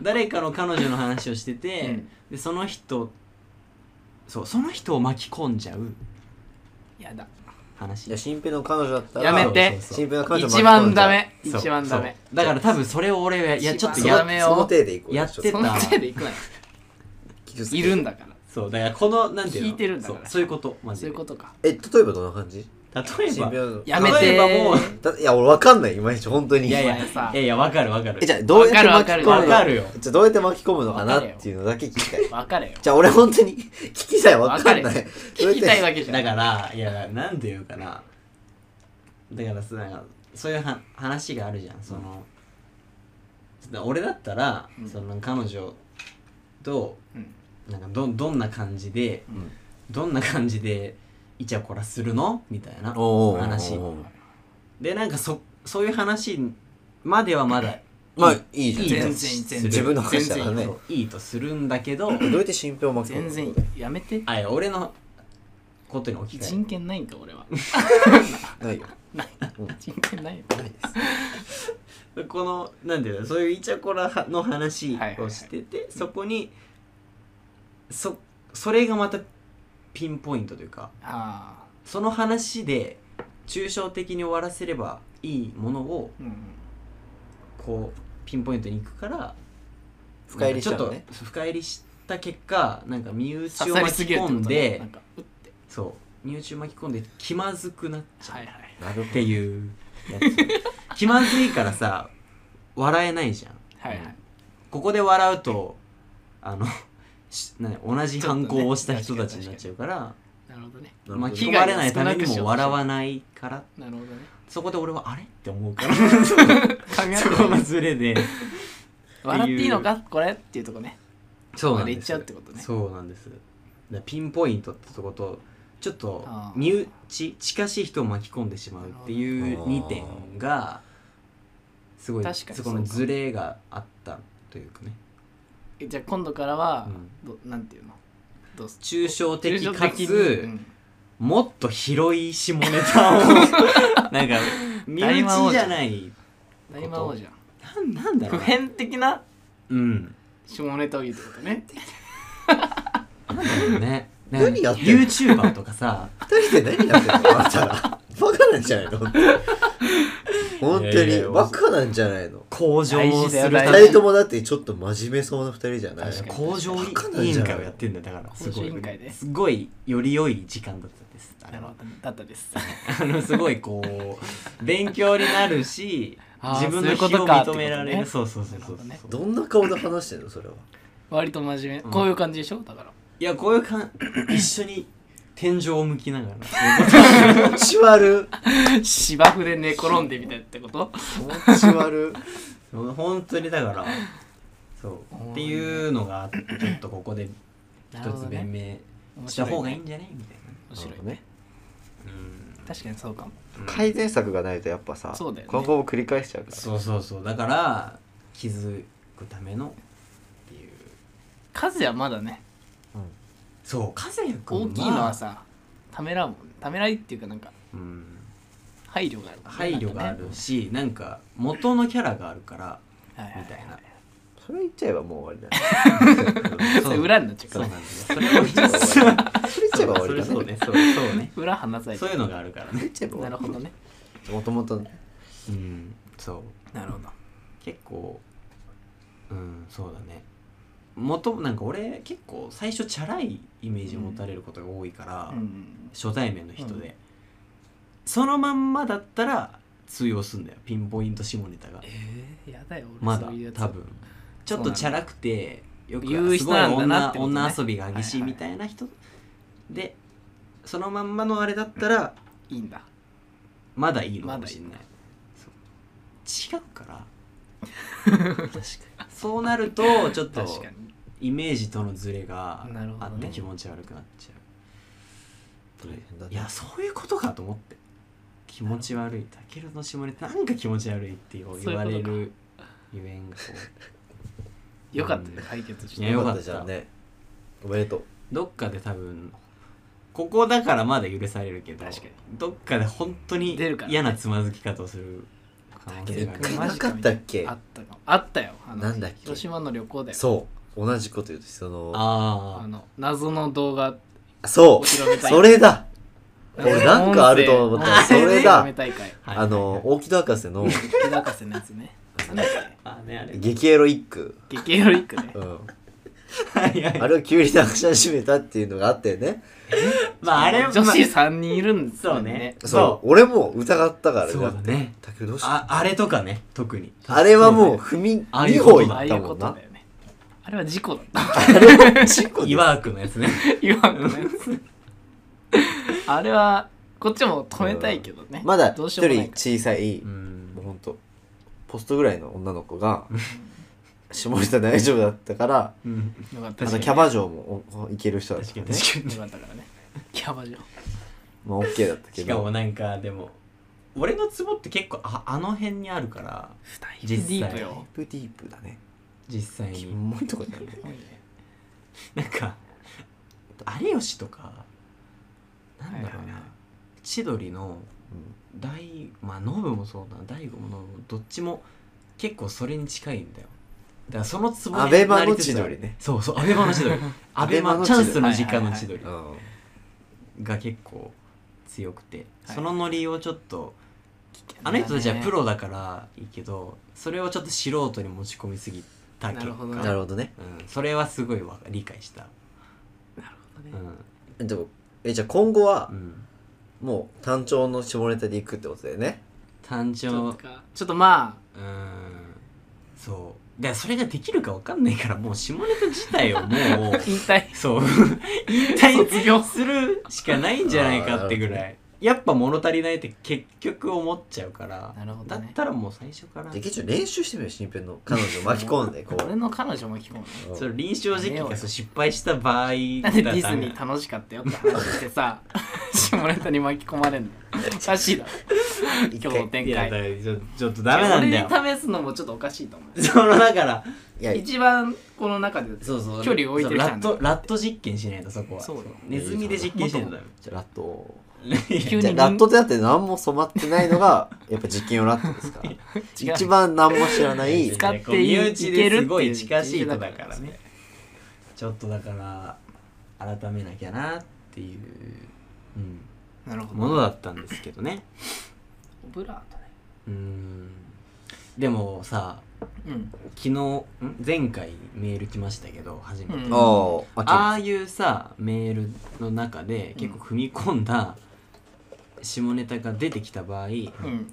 C: 誰かの彼女の話をしてて、
A: うん
C: でその人そうその人を巻き込んじゃう
A: やだ
C: 話
B: いや新平の彼女だったら
A: やめて
B: 新平の彼女巻き込んじゃう
A: 一番ダメ
C: そう
A: 一番ダメ
C: そうだから多分それを俺はやちょっと
A: 一番ダ
C: や
A: メ
B: その手でいこう
C: やって
A: そ
C: た
A: の程度いくないいるん
B: だ
A: だから
C: そうだからこのなんていうの
A: 聞いてるんだ
C: そ
A: か
C: う
A: ら
C: そういうことマジ
A: そう
C: で
A: いうことか
B: え例えばどんな感じ
C: 例え
B: 新
C: ば
B: 平の
A: やめてー
C: 例えばもう
B: だいや俺わかんないいまいち本当に
C: いやい
A: お前さ
C: やいやいやわかるわかる
B: えじゃあどうやって
A: わ
B: 巻き
A: かる
B: 込
A: わ
B: む
C: わ
B: の
C: かるよ
B: じゃあどうやって巻き込むのかなっていうのだけ聞きたい
A: 分かれよ
B: じゃあ俺本当に聞きたいわかんな
A: わか
B: い
A: 聞きたいわ
B: け
A: けじゃな
C: だ
A: い
C: からいやなんていうかなだからさなんかそういうは話があるじゃんその、俺だったら、
A: うん
C: その彼女と
A: うん
C: なんかどどんな感じで、
A: うん
C: どんな感じでイチャコラするのみたいな
B: おーおーおー
C: 話でなんかそそういう話まではまだ
B: まあいい
C: いい
B: じゃ
A: 全然
B: ん
A: 全然
B: 自分の話だから
A: 全
B: ね
C: そういいとするんだけど
B: どうやって新平を巻き込む
A: 全
B: の
A: 然いいやめて
C: あいや俺のことに置き換え
A: 人権ないんか俺は
B: ないよ
A: ない人権ないよ
B: ないです
C: るこのなんていうのそういうイチャコラはの
A: は
C: 話
A: いはいは
C: を
A: い
C: してて、そこにそそれがまたピンポイントというか
A: あ
C: その話で抽象的に終わらせればいいものを
A: あうん
C: こうピンポイントに行くから
B: 深入りし
C: ち
B: た
C: ょっ
B: の
C: と
B: ね
C: 深入りした結果なんか身内
A: 刺
C: を
A: さり
C: 巻
A: す
C: き
A: ぎるって
C: 込
A: こと
C: ん
A: ね
C: で
A: なんかうって
C: そう身内を巻き込んで気まずくなっちゃう
A: はいはい
B: なる
C: っ
B: ほ
C: ていうやつ気まずいから *laughs* さ笑えないじゃん
A: はいはい
C: ここで笑うとあのしなに同じ反抗をした人たちになっちゃうから
A: なるほどね
B: なるほど
C: 巻
A: 気
C: き
A: が
C: 込まれないためにも笑わないから
A: なるほどね
C: そこで俺はあれって思うから *laughs* そ
A: 噛み合って
C: こ
A: な
C: の
A: い
C: ズレで
A: 笑っていいのかこれっていうとこね
C: そうなん
A: で
C: です
A: 行っちゃうってことね
C: そうなんですだからピンポイントってとことちょっと
A: あー
C: 身内近しい人を巻き込んでしまうっていう2点がすごい
A: 確かに
C: そこのズレがあったというかね、
A: えじゃあ今度からは
C: うん
A: どなんていうのどうす
C: 抽象的
A: 抽象
C: か
A: に
C: つ
A: うん
C: もっと広い下ネタを
A: *laughs*
C: なんか身
A: 大魔王
C: 内
A: じ
C: じ
A: ゃ
C: ゃ
A: ん
C: ない
A: 大魔王じゃん
C: なんなんだろ
A: 普
C: うな
A: 遍的な
C: うん
A: 下ネタを言うってことね
C: ね
B: 何やってんの
C: YouTuber とかさ
B: 二人で何やってんのあんたらバカなんじゃないの本当に本
C: い
B: 当
C: やいやい
B: に
C: や
B: バカなんじゃないの
C: 向上をする
A: 大事だよ大事
C: ため
B: 二
C: に
B: 人ともだってちょっと真面目そうな二人じゃない
A: 確かに
C: 工場
B: バカなん
C: 委
B: じゃ
C: 員
B: ない
C: 会をやってんだよだからす
A: 工
C: ご
A: 場委
C: い
A: 員会ね
C: すごいより良い時間だったんですあ
A: な
C: れ
A: るほ
C: は
A: どねだったです
C: あの *laughs* すごいこう勉強になるし
A: あー
C: 自分の非
A: そういうこと
C: を
A: かって
C: 認められる
A: こ
C: そうそうそうそう
A: なるほ
B: どんな顔で話してんのそれは
A: 割と真面目
C: うん
A: こういう感じでしょだから
C: いやこういうかん *coughs* 一緒に天井を向きながら
A: *laughs*
B: 気持ち悪
A: 芝生で寝転んでみたいってこと
B: 気持ち悪
C: そう本当にだからそうっていうのがあってちょっとここで
A: なる
C: 一
A: ほど
C: つ
A: ね
C: 弁明
A: 面
C: した
A: 白
C: 方がいい
A: ね
C: んじゃねみたいな
A: 面白い
B: なるほどね
A: ね確かにそうかも
C: うん
B: 改善策がないとやっぱさ
A: そうだよね
B: 今後も繰り返しちゃうから
C: そうそうそうだから気づくためのっていう
A: 和也はまだね
C: そう和也君
A: 大きいのはさためらうもんためらいっていうかなんか
C: うん、
A: 配慮があるもんね
C: 配慮があ
A: なんかね
C: るしなんか元のキャラがあるから
A: はいはい
C: みたいな
B: それ言っちゃえばもう終わりだね
A: それ裏になっちゃう
C: そ
A: から
C: うなん
A: ね
C: ですよそれを一応
B: それ言っちゃえば終
C: そ
B: わり
C: れ
B: だね
C: そうねそうそうね
A: 裏話さない
C: そういうのがあるからね
A: なるほどね
B: もともと
C: うんそう
A: なるほど
C: 結構うんそうだね元なんか俺結構最初チャラいイメージを持たれることが多いから、
A: うん
C: 初対面の人で、そのまんまだったら通用すんだよピンポイント下ネタが
A: えー、やだよ俺
C: まだ
A: そういうやつ
C: 多分ちょっとチャラくてよく
A: 言う人
C: すごい
A: なんだ
C: 女
A: なってことね
C: 女遊びが激しいみたいな人、でそのまんまのあれだったら
A: いいんだ
C: まだいいのかもしれない
A: まだ
C: そう違うから確かにそうなるとちょっと
A: 確かに
C: イメージとのズレが
A: なるほど
C: あ
A: ね
C: って気持ち悪くなっちゃう、
B: 大変だね
C: いやそういうことかと思って気持ち悪いたけるの下ネタなんか気持ち悪いってこう
A: そういう
C: 言
A: こ
C: わ
A: とか
C: れるゆえんがこう
A: よかったよ解決し
C: い
A: て
C: やよかった
B: じゃんねおめでとう
C: どっかで多分ここだからまだ許されるけど
A: 確かに
C: どっかで本当に
A: 出るからね
C: 嫌なつまずき方をする可能性がある
B: たける
A: マジ
B: なかったっけ
A: あったかもあったよあの
B: なんだっけ
A: 広島の旅行で
B: そう同じこと言うとその
A: あ
C: あ
A: の謎の動画
B: そ
A: お披露目
B: う
A: 大会
B: それだ俺なんかあると思った
A: 音声
B: それだ
A: 音声大会
C: あ
B: あの大木戸博士の
A: 木田博士のやつねなんだっ
C: あねあれ
B: 激エロ一句
A: け激エロ一句ね
B: うん
C: *laughs* はいはい
B: あれを急に流し始めたっていうのがあってね
C: *laughs* まああれ
A: 女子
C: ま
A: 3人いるんですよ
C: そうね
B: そう俺も疑ったから
C: あそうだね
B: だけどどうし
C: ああれとかね特に
B: あれはもう踏み
C: ああい
B: 2
C: うこ
B: 歩
C: と
B: い
C: だ
A: ああ
B: っ
A: い
B: た
A: う
B: も
A: こ
B: ん
A: と
B: な
A: だよねあれは事故だった
B: 事故
C: い
B: で
C: わくの
A: *laughs*
C: やつね
A: 言わんのやつあれはこっちも止めたいけどね
B: まだ
A: ど
B: 一
A: うしようもな
B: 人
A: いか
B: 小さいもうほんとポストぐらいの女の子が下ネタ大丈夫だったから
C: うん
A: らよかった
B: あ
A: し
B: とキャバ嬢もおおいける人だった
C: 確か
B: から
C: に
B: ね
C: 確かに
A: よかったからねキャバ嬢
B: まあ OK だったけ
C: しかも
B: ど
C: なんかでも俺のツボって結構ああの辺にあるから
A: 二人デ
C: 実
A: ィ
C: 際
A: ープよ
B: ディープディープだね
C: 実際
B: キ
C: に
B: モいとこだよね
C: なんか有吉とかなんだろ
A: はい
C: う
A: はいは
C: ない千鳥の
B: うん
C: 大まあノブもそうだな大悟もノブもどっちも結構それに近いんだよだからそのツボに
B: アベマの
C: なりつつ
B: 千鳥ね
C: そうそうアベマの千
B: *laughs*
C: 鳥アベマ
B: アベマの千鳥
C: チャンスの時間の千鳥
B: うん
C: が結構強くて、
A: はい
C: そのノリをちょっとあの
A: な
C: 人たちはプロだからいいけどそれをちょっと素人に持ち込みすぎた結
A: なるほどね
B: な
C: 果、
B: るほどね
C: うん、それはすごいわか理解した、うん
B: でもえじゃあ今後は
C: うん、
B: もう単調の下ネタでいくってことだよね
C: 単
A: ちょっ
C: 調
A: とかちょっとま
C: うんそうからそれができるかわかんないからもう下ネタ自体をもう
A: *laughs* 引退
C: そう引退
A: 卒業
C: するしかないんじゃないかってぐらいやっぱ物足りないって結局思っちゃうから
A: なるほど
C: だ
A: ね
C: ったらもう最初から
B: じゃあ結構練習してみよう新編の彼女を巻き込んでこう
A: 俺の彼女も *laughs* 聞こう
C: *laughs*
A: ね
B: うん
C: それ臨床実
A: やめよう
C: 験が
A: よ
C: そう失敗した場合
A: なん
C: だった
A: でディズニー楽しかったよって話して
C: *laughs*
A: さ下ネタに巻き込まれんのおかしいだろ
B: 一
A: 今
B: 回
A: 日の展
C: いやだか
A: 開
C: らちょちょっとダメなんだよ
A: 俺に試すのもちょっとおかしいと思う
C: そのだから
B: いや
A: 一番この中で
C: そうそう
A: 距離を置いてる
C: そ
A: じゃ
C: うラ
A: ん
C: ットラット実験しないとそこは
A: そうよ
C: ネズミで実験してんだよ
B: じゃあラッ
A: *laughs*
B: ト
A: 急
B: じゃ
A: に
B: あラットでだって何も染まってないのがやっぱ実験用ラットですから
A: 違う
B: 一番何も知らない
A: 使ってい
C: 身
A: い
C: 内
A: けるっていう
C: ですごい近しい人だからねちょっとだから改めなきゃなっていう、うん、
A: なるほど
C: ものだったんですけどね
A: オブラートね
C: うんでもさ
A: うん
C: 昨日ん前回メール来ましたけど初めて、
A: うん
B: あー
C: あ
B: あ
C: あいうさメールの中で結構踏み込んだ下ネタが出てきた場合、
A: うん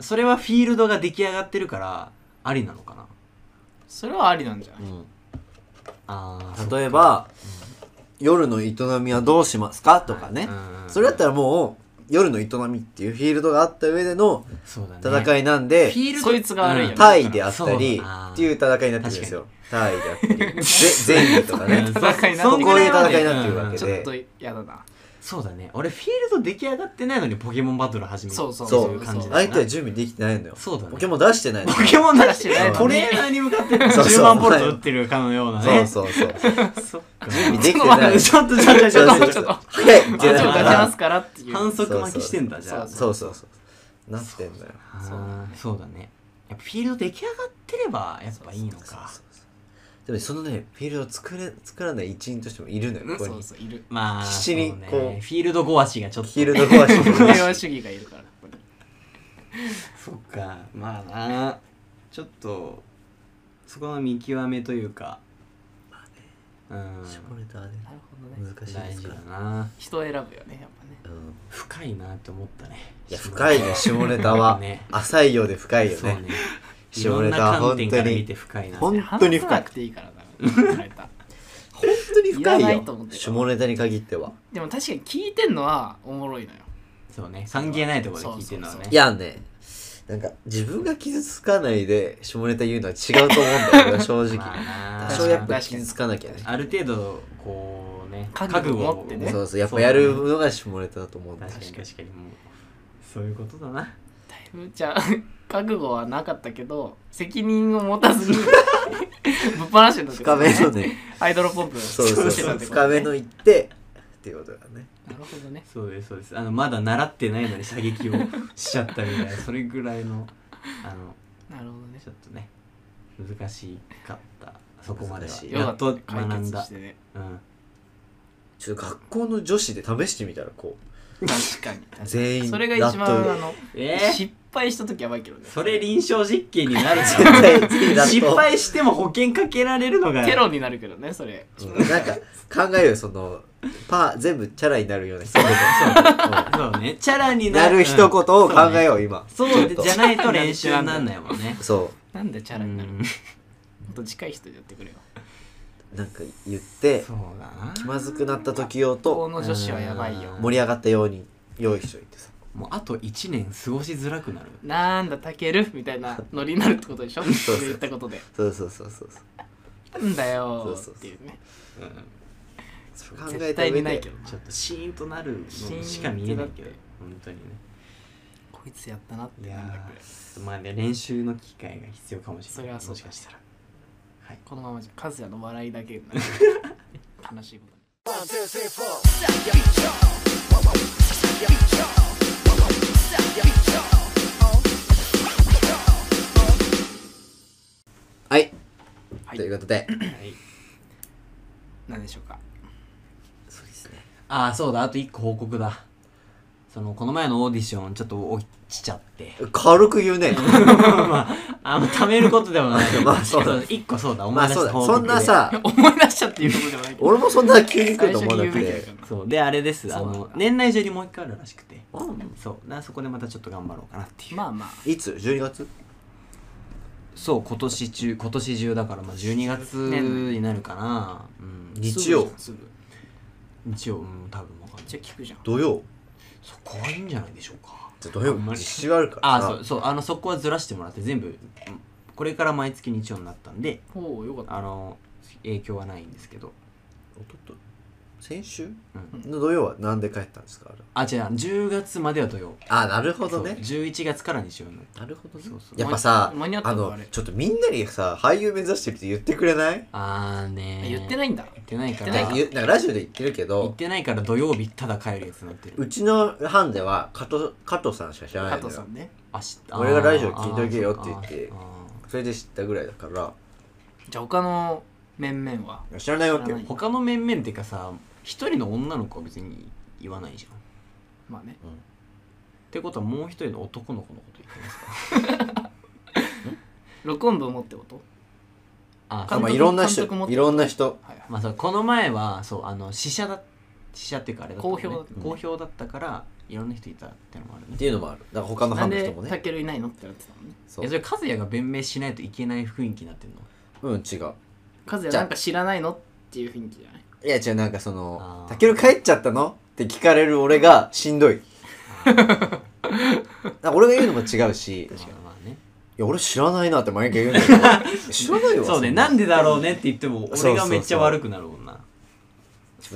C: それはフィールドが出来上がってるからありなのかな
A: それはありなんじゃない
B: うん
C: あ
B: 例えば夜の営みはどうしますかとかねそれだった
C: ら
B: らもう夜の営みっていうフィールドがあった上での
C: そうだ、ね、
B: 戦いなんで、
C: フィールド
A: そいつが悪いよね
B: タイであったり
C: そうあー
B: っていう戦いになってるんですよタイであったりぜ前儀とかね
A: ん戦いに
B: *laughs*
A: なってる
C: *laughs* そんぐらは
B: こう
C: ね
B: いう戦いになってるわけで
A: ちょっと嫌だな
C: そうだね俺フィールド出来上がってないのにポケモンバトル始める
A: そうそう
B: そう
C: いう感じだ
B: 相
C: よな
B: 手は準備できてないのよ
C: そうだね
B: ポケモン出してないの
C: ポケモンだし
A: そうだね
C: トレーナーに向かって
B: そう
C: 10
B: そう
C: 万ボルト打ってるかのような
B: そう
C: ね
B: そうそう準
C: うそう
B: 備できてない
C: ちょっとちょっ *laughs* とちょっと
A: ちょっと
B: 早い
A: ちょっと出しま
B: そ
A: すからっていう
C: 反則負けしてんだじ
A: そうそう
C: ゃあ
B: うそうそうなってんだよ
C: あーそうだねやっぱフィールド出来上がってればやっぱいいの
B: そう
C: か
B: そうそうでもそのねフィールドを作れ作らない一員としてもいるのよここ
A: そ
B: に
A: うそういる
C: まあ
B: 必死に
C: そうね
B: こう
C: フィールドごわしがちょっと
B: フィールド壊して
A: 平
B: る
A: 和
C: *laughs*
A: 主義がいるからここに
C: そっかまあなちょっとそこの見極めというかうん
B: 下ネタはね
A: なるほどね
B: 難しいで
C: 大
B: す
C: 事
B: か
C: だ
B: ら
C: な
A: 人を選ぶよねやっぱね
B: うん
C: 深いなって思ったね
B: いや深いね下ネタは
C: ね
B: 浅いようで深いよ
C: そうね
B: ね
C: いろんな観点から見て深いな
B: 下ネタは本当に深
A: 話
B: い
A: さなくていいからな考えた
B: 本当に深い
A: 言わな
B: よ
A: いと思ってた
B: 下ネタに限っては
A: でも確かに聞いてんのはおもろいのよ
C: そうね関係ないところで聞いてるのはね
A: そうそうそう
B: いやねなんか自分が傷つかないで下ネタ言うのは違うと思うんだよ俺は正直
C: *laughs* まあな
B: 多少やっぱ傷つかなきゃね
C: ある程度こうね
A: 覚悟を持ってね
B: そうそうやっぱやるのが下ネタだと思うんだよ
C: 確かに確かにもうそういうことだな
A: だいぶじゃあ覚悟はなかったけど責任を持た
B: *laughs*
A: ずにぶっ放してたってこと
B: 深めのね
A: ハイドロポンプ
B: そうそう
A: してた
B: そう
A: ってこと
B: 深めの行ってっていうことだね
A: なるほどね
C: そうですそうですあのまだ習ってないのに射撃をしちゃったみたいなそれぐらいのあの
A: なるほどね
C: ちょっとね難しかったそこまでは
B: 難しい
C: やっと
A: よか
C: 学
A: っ
C: ん
A: た解決
C: だ
A: し、てね
C: うん、
B: ちょっと学校の女子で試してみたらこ
A: 確かに
B: *laughs*
A: 確か
B: う
A: に
B: 全員
A: それが一番あ
B: ラット
A: の
C: えー、
A: 失敗した時やばいけどね
C: それ臨床実験になるじ
B: 絶
C: ゃ
A: *laughs*
B: 対全員
C: ん
B: ラット
C: 失敗しても保険かけられるのが
A: テロになるけどねそれ
B: うんなんか考えるよそのパー全部チャラになるような人言
C: そうねチャラにな
B: なる一言を考えよう今
C: うんそう,、
B: ちょっと
C: じゃないと練習になんないもんね
B: そ
A: なん *laughs* でチャラになる
C: う
A: の
C: ん
A: もっと近い人でやってくれよ
B: うなんか言って
C: そうだな
B: 気まずくなった時用
A: ことの女子はやばいよ
C: うん
B: 盛り上がったように用意しといてさ
C: もうあと1年過ごしづらくなる
A: なんだたけるみたいなノリになるってことでしょそ
B: *laughs* そう
A: れ言ったことで
B: そうそうそうそうそう
A: なんだよ
B: そう
A: ー
B: そう
A: っ
B: そ
A: て
B: う
A: いうね
B: それ考え
A: 絶
B: た上
A: 対
B: で
A: にないけど
C: ちょっとシーンとなる
A: シーン
C: のしか見えないけど本当にね
A: こいつやったなっ
C: い
A: て
C: や
A: なんだっ
C: ー
A: け
C: ちょっとまあね練習の機会が必要かもしれない
A: それはそう
C: もしかしたら
A: このままじゃカズヤの笑いだけに
B: *laughs*
A: なる悲しいことに
B: はい、
A: はい
B: ということで
C: はい
A: 何でしょうか
B: そうですね
C: ああそうだあと1個報告だそのこの前のオーディションちょっと落ちちゃって
B: 軽く言
A: *laughs*
B: うね
C: まああんま貯めることでも *laughs* ないけど
B: まあそうだ
C: 1個そうだ思
B: ま
C: い
B: あ
C: 出
B: そうだ
C: した報
B: そ
C: 告
B: ん
C: で
B: なさ
A: 思い出したっていうことじゃないけど
B: 俺も *laughs* そんな急に来る
A: 最
B: と
A: 初
B: 思わ
A: に言
B: な
A: う
B: く
A: べきだった
B: て
A: な
C: そうであれですあ
A: そうなんだ
C: の年内中にもう1回あるらしくて
B: うん
C: そうだからそこでまたちょっと頑張ろうかなっていう
A: まあまあ
B: いつ12月
C: そう今年中今年中だからまあ12月
A: 年内
C: になるかな、うん、
B: 日曜
A: すぐ
C: 日曜うん多分わかんない
A: じゃあ聞くじゃん
B: 土曜
C: そこはいいんじゃないでしょうか
B: じゃあ土曜
C: あんま
B: 実
C: り
B: 施があるから
C: あ
B: さ
C: そうそうあのそこはずらしてもらって全部うんこれから毎月日曜になったんで
A: おおよかった
C: あの影響はないんですけど
B: おとと先週
C: うん
B: の土曜はなんで帰ったんですかあれ
C: あ違う10月までは土曜
B: あなるほど
C: そう
B: ね
C: 11月から日曜になる
B: なるほどね
C: そうそう
B: やっぱさ
A: 間に合った
B: あ
A: の
B: の
A: あれ
B: ちょっとみんなにさ俳優目指してるって言ってくれない
C: あーね
A: あ
C: ー
A: 言ってないんだ
C: 言ってないか
A: 言って
C: ら
A: な
B: あ
A: い
B: 言うなんかラジオで言ってるけ
C: 言っ
B: ど
C: てないから土曜日ただ帰るやつになって
B: う
C: る
B: ちの班では加藤加藤さんしか知らない
A: 加
B: のよ
A: 藤さんね
C: 明日
B: 俺がラジオ聞いとけよって言って
C: あーあ
B: それで知ったぐらいだから
A: じゃあ他の面々は
B: 知らないわけ
A: 知ら
B: よ
A: な
C: ー
A: い
C: 他の面々っていうかさ一人の女の子は別に言わないじゃんっ
A: まあね
C: てことはもう一人の男の子のこと言ってますか
A: 録音部持ってこと
C: あ
A: 監督
B: まあいろんな人
A: 監督も
B: いろんな人
A: はいはい
C: まあさこの前はそうあの試写だ試写っていうかあれだったのね
A: 好評だった
C: 好評だったからいろんな人いたってのもあるね
B: っていうのもあるだから他の
A: なん
B: 班の人
A: で
B: も
A: タ
B: ね
A: ケルいないのってなってたのね
B: そう
C: えそれ和也が弁明しないといけない雰囲気になってんの
B: うん違う
A: 和也なんか知らないのっていう雰囲気じゃない
B: いや違うなんかそ
C: あ
B: の「
C: ー
B: たける帰っちゃったの?」って聞かれる俺がしんどいなんか俺が言うのも違うし「い
C: まあまあね
B: や俺知らないな」って毎回言うんだけ
C: *laughs*
B: ど知らないわ
C: そうね
B: んな
C: なんでだろうねって言って
B: そ
C: も
B: うそうそう
C: 俺がめっちゃ悪くなるもんな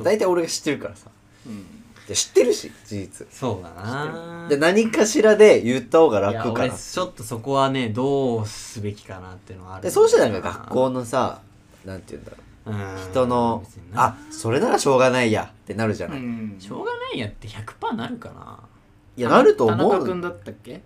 B: 大体俺が知ってるからさ
A: うん
B: で知ってるし事実
C: そうだな
B: で何かしらで言った方が
C: いや
B: 楽か
C: 俺
B: な
C: ちょっとそこはねどうすべきかなっていうのはある
B: でそうしたらなんか学校のさなんて言うんだろ
C: うん
B: う人の
C: 別にな
B: あそれならしょうがないやってなるじゃない、
A: ん
C: しょうがないやって100%なるかない
B: やなると思
A: 田
B: う
A: 中君だったっけ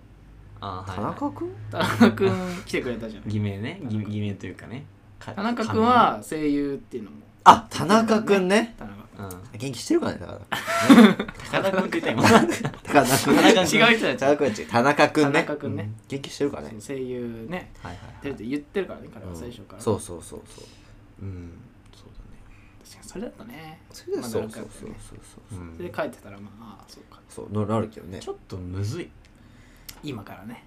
C: あ
B: 田
C: はいはい
B: 中君
A: 田中君来てくれたじゃない
C: 偽名ね偽偽名というかねか
A: 田中君は声優っていうのも
B: あ田中君ね
A: 田中
C: 仮名うん
B: 元気してるからねだから
C: 高田君って言った今
B: 田中君
C: 田中君
A: 違う人たち
B: 田中君違う田中君
A: 田
B: ね
A: 中君ね
B: 元気してるから
A: そ
B: ね
A: の声優ね
C: はいはい
A: 出るって言ってるからね彼
B: う
A: は
B: ん
A: 最初から
B: そうそうそうそう
C: うんそうだね
A: 確かにそれだったね
B: それで
A: まあ
B: そう
A: なんか
B: そう
A: ね
B: そうそうそう
C: うん
A: それで書いてたらまあああそうか
B: そうのなるけどね
C: ちょっとむずい
A: 今からね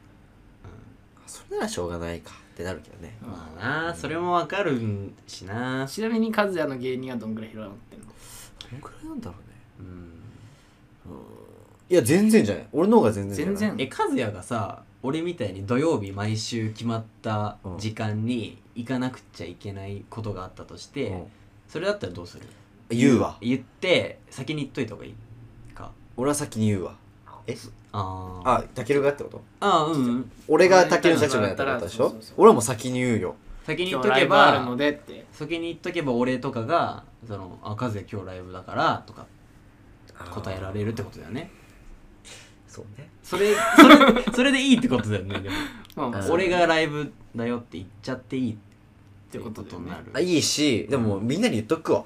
B: それならしょうがないかってなるけどね
C: まあなそれもわかるしな
A: ちなみに和也の芸人はどんぐらい広がってんの
B: どのくらいなんだろうね
C: うん
B: いや全然じゃない俺の方が全然じゃない
A: 全然
C: え和也がさ俺みたいに土曜日毎週決まった時間に行かなくちゃいけないことがあったとして、
B: うん
C: それだったらどうする
B: 言うわ
C: 言って先に言っといた方がいいか
B: 俺は先に言うわえ
C: あー
B: あタケルがってこと
C: あーうんうん
B: 俺がタケルの社長になったらでし
A: そう
B: ょ
A: そうそう
B: 俺はもう先に言うよ
C: 先に言
A: 今
C: っ
A: 日
C: と
A: ラ
C: け
A: イブある
C: ば
A: のでって
C: 先に言っとけば俺とかが「そのあ和也今日ライブだから」とか答えられるってことだよね
B: そうね
C: それそ
B: *laughs*
C: れそれでいいってことだよねでも
A: まあまあ
B: うん
A: 俺
C: 俺がライブだよって言っちゃっていいっ
A: って
C: て
A: こ
C: ことと
A: で
C: に
A: ね
C: なる
B: あいいしでもみんなに言っとくわ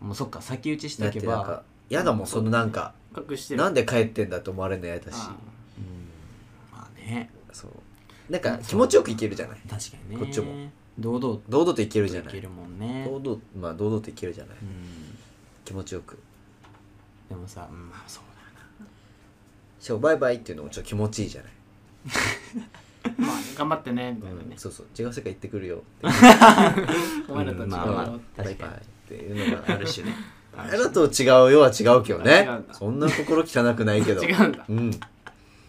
C: もうそっか先打ちして
B: だ
C: お
B: っ
C: け
B: てなん
C: ば
B: かやだもんそのなんか
A: 隠してる
B: なんで帰ってんだと思われるのやだし
A: あ
C: うんまあね
B: そうなんか気持ちよくいけるじゃない
C: 確かにね
B: こっちも
C: 堂々
B: 堂々といけるじゃ
C: と
B: ないい
C: けるもんね
B: 堂々まあ堂々といけるじゃない
C: うん
B: 気持ちよく
C: でもさ、うん、まあそう
B: しかもバイバイっていうのもちょっと気持ちいいじゃない
A: まあ頑張ってねみたいなね
B: そうそう違う世界行ってくるよって
A: お前らたち
C: まあまあ
A: は
B: バイバイっていうのがあ
C: だあ
B: る
A: *laughs*
C: るしね
B: あれだと違うよは違うけどね
A: 違うんだ
B: そんな心汚くないけ
A: *laughs*
B: ど
A: 違うんだ
B: うん、うん、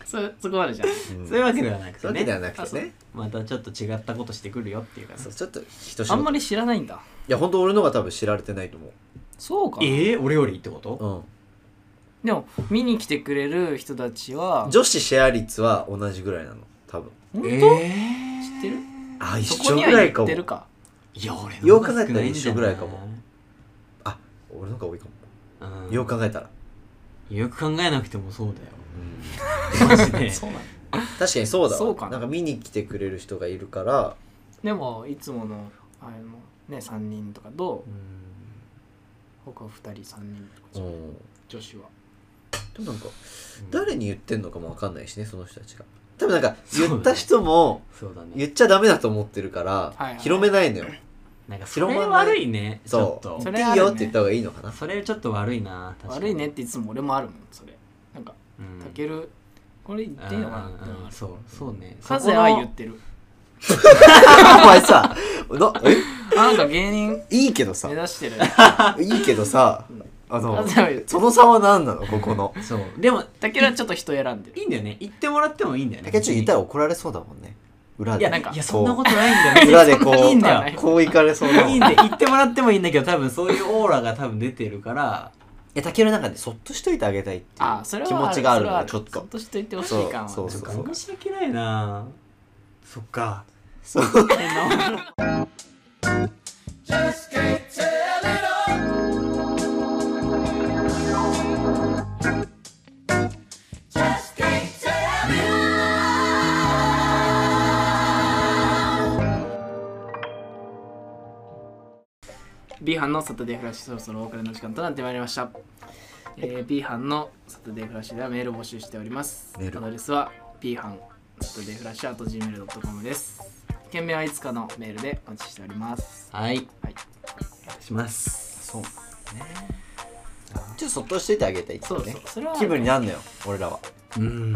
A: そ *laughs* そこまでじゃん
C: そういうわけではなく
B: そういうわけで
C: てね
B: はなくてね
C: またちょっと違ったことしてくるよっていうかね
B: そうちょっと人
A: あんま
B: り
A: り知らないんだ
B: いや本当俺の方が多分知られてないと思
A: そうか
C: ええ俺よりってこと
B: う、
A: でも見に来てくれる人たち
B: う
A: は
B: ん、女子シェア率は同じぐらいなの多分
A: 本
C: え
A: 当
C: え
A: 知ってる
B: あ一
A: そこ
B: 緒
A: に
B: ぐ
A: は
B: ら
A: 言
B: いか
A: っ
B: も
A: てるか
C: いや俺
B: よく考えたら一緒ぐらいかも
C: も
B: あ俺の方が多いかも、よく考えたら、
C: よく考えなくてもそうだよ
B: *laughs* うん
C: マジで
A: そうなの
B: 確かにそうだわ
A: そうかな
B: なんか見に来てくれる人がいるから
A: でもいつものあれのね3人とかどう他2人3人とかじ
B: う
A: ゃん
B: ん
A: 女子は
B: でもなんか
C: 誰
B: 誰に言ってんのかもわかんないしねその人たちが多分なんか
C: そうだね
B: 言った人も
C: そうだね
B: 言っちゃダメだと思ってるから、
A: はいはい
B: 広めないのよ
C: なんかそれ悪いねちょ
B: そ
C: っ
B: う
C: と
A: そ
B: 言
A: れ
B: っ
A: ね
B: ていいよって言った方がいいのか
C: *laughs*
B: な
C: それちょっと悪いな確かに
A: 悪いねっていつも俺もあるもんそれなんか
C: うん
A: たけるこれ言っていいのかなって
C: うんうんそうそうね
A: カズヤは言っ
C: そこ
A: てる
C: の
B: お前さな
A: あなんか芸
B: *laughs*
A: 人
B: えいいけどさ
A: 目指してる
B: いいけどさあの
C: *laughs*
A: あでも
B: その差は何なのここの
C: そう
A: でもたけるはちょっと人選んでる
C: いいんだよね行ってもらってもいいんだよね
B: 竹内いたら怒られそうだもんね裏
C: い
B: で
C: や
B: い
C: なんかいや
B: こ
C: そ
B: うん
C: なことないんだよ
B: 裏でこう
C: いいんだよ
B: こう行かれそうだもん
C: いいんで行ってもらってもいいんだけど多分そういうオーラが多分出てるから
B: えたけるなんかねそっとしといて *laughs* あげたいってい
A: あそれ
B: う
A: は
B: 気持ちがあるの
A: それは
B: よちょっ
A: そっ
B: と
A: としていてほしい感は
B: そうそ
C: そ
B: うう
C: か
B: そう
C: 申し訳ないな *laughs* そっか
B: そう
A: ビーハンのサタデーフラッシュそろそろお別れの時間となってまいりました。えー、ビーハンのサタデーフラッシュではメールを募集しております。
B: メール
A: アドレスはビーハンサタデーフラッシュ .gmail.com です。件名はいつかのメールでお待ちしております。
C: はい
A: はい、
C: お願いします
B: そうねちょっとそっとしといてあげたいってい
A: そう
B: ね
A: そう、それは
B: 気分になんのよ俺らは
C: うん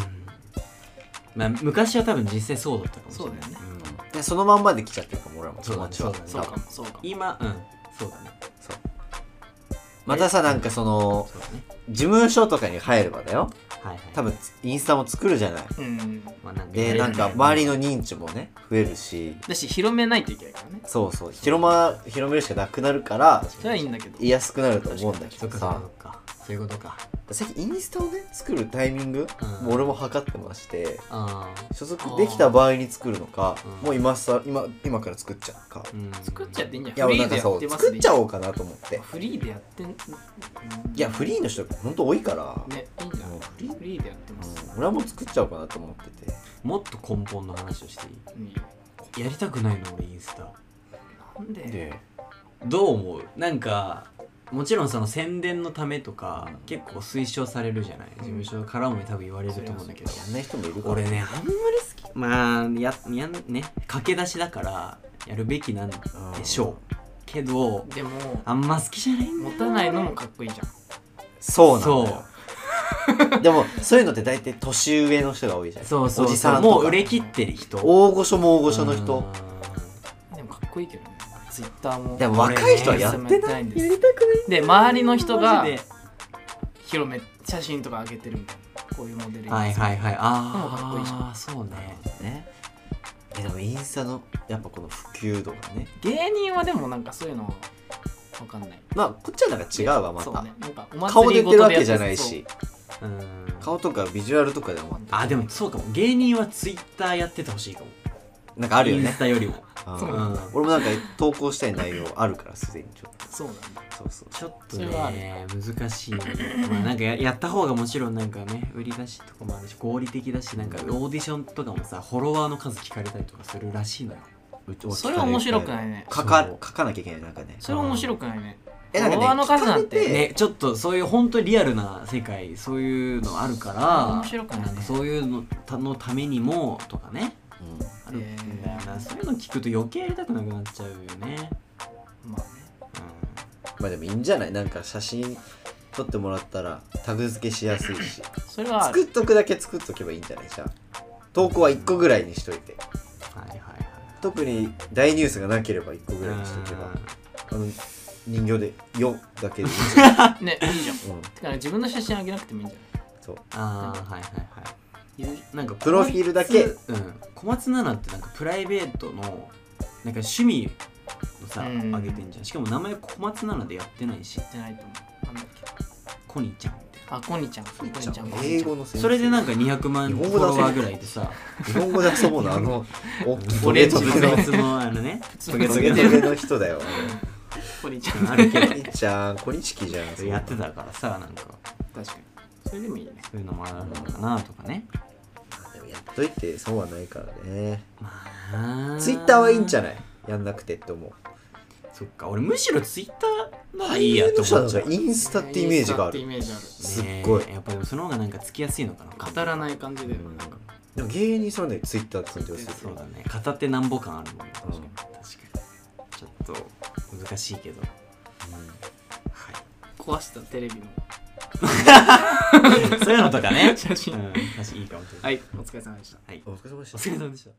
C: まあ昔は多分実際そうだったかもしれない
A: そうだよ
C: ね、
B: でそのまんまで来ちゃってるから俺らも気
C: そうだ
B: 持
C: ね
B: ちは
C: そうだね
A: そう
B: 多
A: か
B: 分
A: も、そうかも。
C: 今うんそうだね
B: そうまたさなんかその
C: そうだね
B: 事務所とかに入ればだよ
C: はいはい
B: 多分インスタも作るじゃない
A: うん。
C: まあなんか
B: でなんか周りの認知もね増えるし
A: だし、広めないといけないからね。
B: そうそう広ま広めるしかなくなるから
A: それはいいんだけど。
B: 言いやすくなると思うんだけ
C: そっ
B: ど
C: かそっか
B: さ
C: そっかそういうことか
B: 最近インスタをね作るタイミング、
C: うん
B: もう俺も測ってまして
C: ああ
B: 所属できた場合に作るのか
C: うん
B: もう今さ今今から作っちゃうか、
C: うん
A: 作っちゃっていいんじ
B: い
A: ゃ
B: や
A: ない
B: 俺
A: フリー
B: な
A: で
B: んか
A: や
B: そ
A: って
B: う
A: ます
B: 作っちゃ
A: う。
B: おうかなと思って
A: フリーでやってん。うん
B: いやフリーの人ほんと多いから、
A: ね、いいんじゃない
B: うん
A: フリーフリーでやってます。
B: うん俺はもう作っちゃおうかなと思ってて
C: もっと根本の話をしてい
A: うん
C: いやりたくないの俺インスタ
A: なんで
B: で
C: どう思うなんかもちろんその宣伝のためとか結構推奨されるじゃない事務所からも多分言われると思うんだけど
B: やんない人もいるから
C: 俺ねあんまり好きまあややんね駆け出しだからやるべきなんでしょうけど
A: でも
C: あんま好きじゃないんだ
A: 持
C: よ
A: たないのもかっこいいじゃん
B: そうなんだよ *laughs* でもそういうのって大体年上の人が多いじゃん
C: そうそう
B: おじさんとか
C: もう売れ切ってる人
B: 大御所も大御所の人
A: でもかっこいいけどねツイッターも
B: でも若い人はやって
A: 進
B: ない
A: めたいんで
C: や
A: す
C: りたくない
A: で周りの人が
C: マジで
A: 広め写真とか上げてるみたいなこういうモデルに
C: はいはいはい
A: もかっこいいじゃ
C: ああそうね
B: ねえでもインスタのやっぱこの普及度がね
A: 芸人はでもなんかそういうのわかんない
B: まあこっちはなんか違うわま
A: そう
B: た、
A: ねなんかお祭
B: 顔
A: り
B: で言
A: ごと
B: ってるわ
A: でや
B: け
A: って
B: じゃないし
C: うん
B: 顔とかビジュアルとかでも
C: あでもそうかも芸人はツイッターやっててほしいかも
B: なんかあるよ
C: イン
B: ね
C: ス、タよりも
B: うん
A: そう
C: うん
B: 俺もなんか投稿したい内容あるからすでにちょっ
A: そうそうなんだ
B: とそうそう
C: ちょっと
A: それはある
C: ね難しいよねまあなんかややった方がもちろんなんかね売り出しとかもあるし合理的だしなんかオーディションとかもさフォロワーの数聞かれたりとかするらしいのよ
B: うち
A: それは面白くないね
B: 書か
C: そう
B: 書かなきゃいけないなんかね
A: それは面白くないね
B: えなんかね
A: フォロワーの数なんて
B: 聞かれ
C: ねちょっとそういう本当にリアルな世界そういうのあるから
A: 面白くないね
C: んかそういうのたのためにもとかね
B: うん
C: あるんだよな、そういうの聞くと余計やりたくなくなっちゃうよね
A: まあね
B: まあでもいいんじゃないなんか写真撮ってもらったらタグ付けしやすいし
A: それはあ
B: 作
A: る
B: っとくだけ作っとけばいいんじゃないじゃあ投稿は1個ぐらいにしといて
C: うんはいはいはい
B: 特に大ニュースがなければ1個ぐらいにしとけばあの人形で「よ」だけでいい
A: *laughs*
B: じゃん
A: ねいいじゃん
B: うん
A: てか自分の写真あげなくてもいいんじゃない
B: そう
C: あーはいはいはい
A: 友人
C: なんか
B: プロフィールだけ
C: 小松うん、小松菜奈ってなんかプライベートのなんか趣味をさ、
A: うん
C: あげてんじゃんしかも名前小松菜奈でやってないし
A: じゃないと思うなんだっけ
C: コニーちゃんみたい
A: あコニちゃんコニちゃんコニちゃん
B: 英語の
C: な
B: 先生
C: それでなんか200万
B: 日
C: フ
B: 本
C: ォ
B: 語だ
C: ロ
B: ぜ
C: ワーぐらいでさ
B: 日本語で遊ぼうなあの大きい
A: オ
B: ト
A: レ
B: ゲ
A: ンジ
B: ト
A: の
B: ゲ
C: 別
B: の
C: 々のあのねトゲ
B: ト
C: ト
B: ゲ
C: ゲ
B: ト
C: の
B: ゲの人だよ
A: コニちゃん
C: あるけど
B: いっちゃん小西木じゃん
C: やってたからさなんか
A: 確かにそれでもいいね
C: そういうのもあるのかなとかね
B: でもやっといて損はないからね
C: まあ
B: ツイッターはいいんじゃ
C: ない
B: ないやんなくてって思う
C: そっか俺むしろツイッターならいいやと思っちゃう
B: インスタってイメージがあ
A: インスタって
B: る
A: イメージある
B: すっごい
C: ねえやっぱでもその方がなんかつきやすいのかな
A: 語らない感じで、
B: うんでも芸人さんでツイッターって感じがす
C: そ
B: る
C: うだね片手なんぼ感あるもんね
B: うん
C: 確かに確かにちょっと難しいけどはい
A: 壊したテレビの
C: そういうのとかね
A: 写
C: う
A: 真 *laughs*
C: *laughs* ん確かにいいかもしれ
A: は
C: ない
A: いお疲れ様でした
B: お疲れ様でし
C: お
B: た
C: 疲れ様でした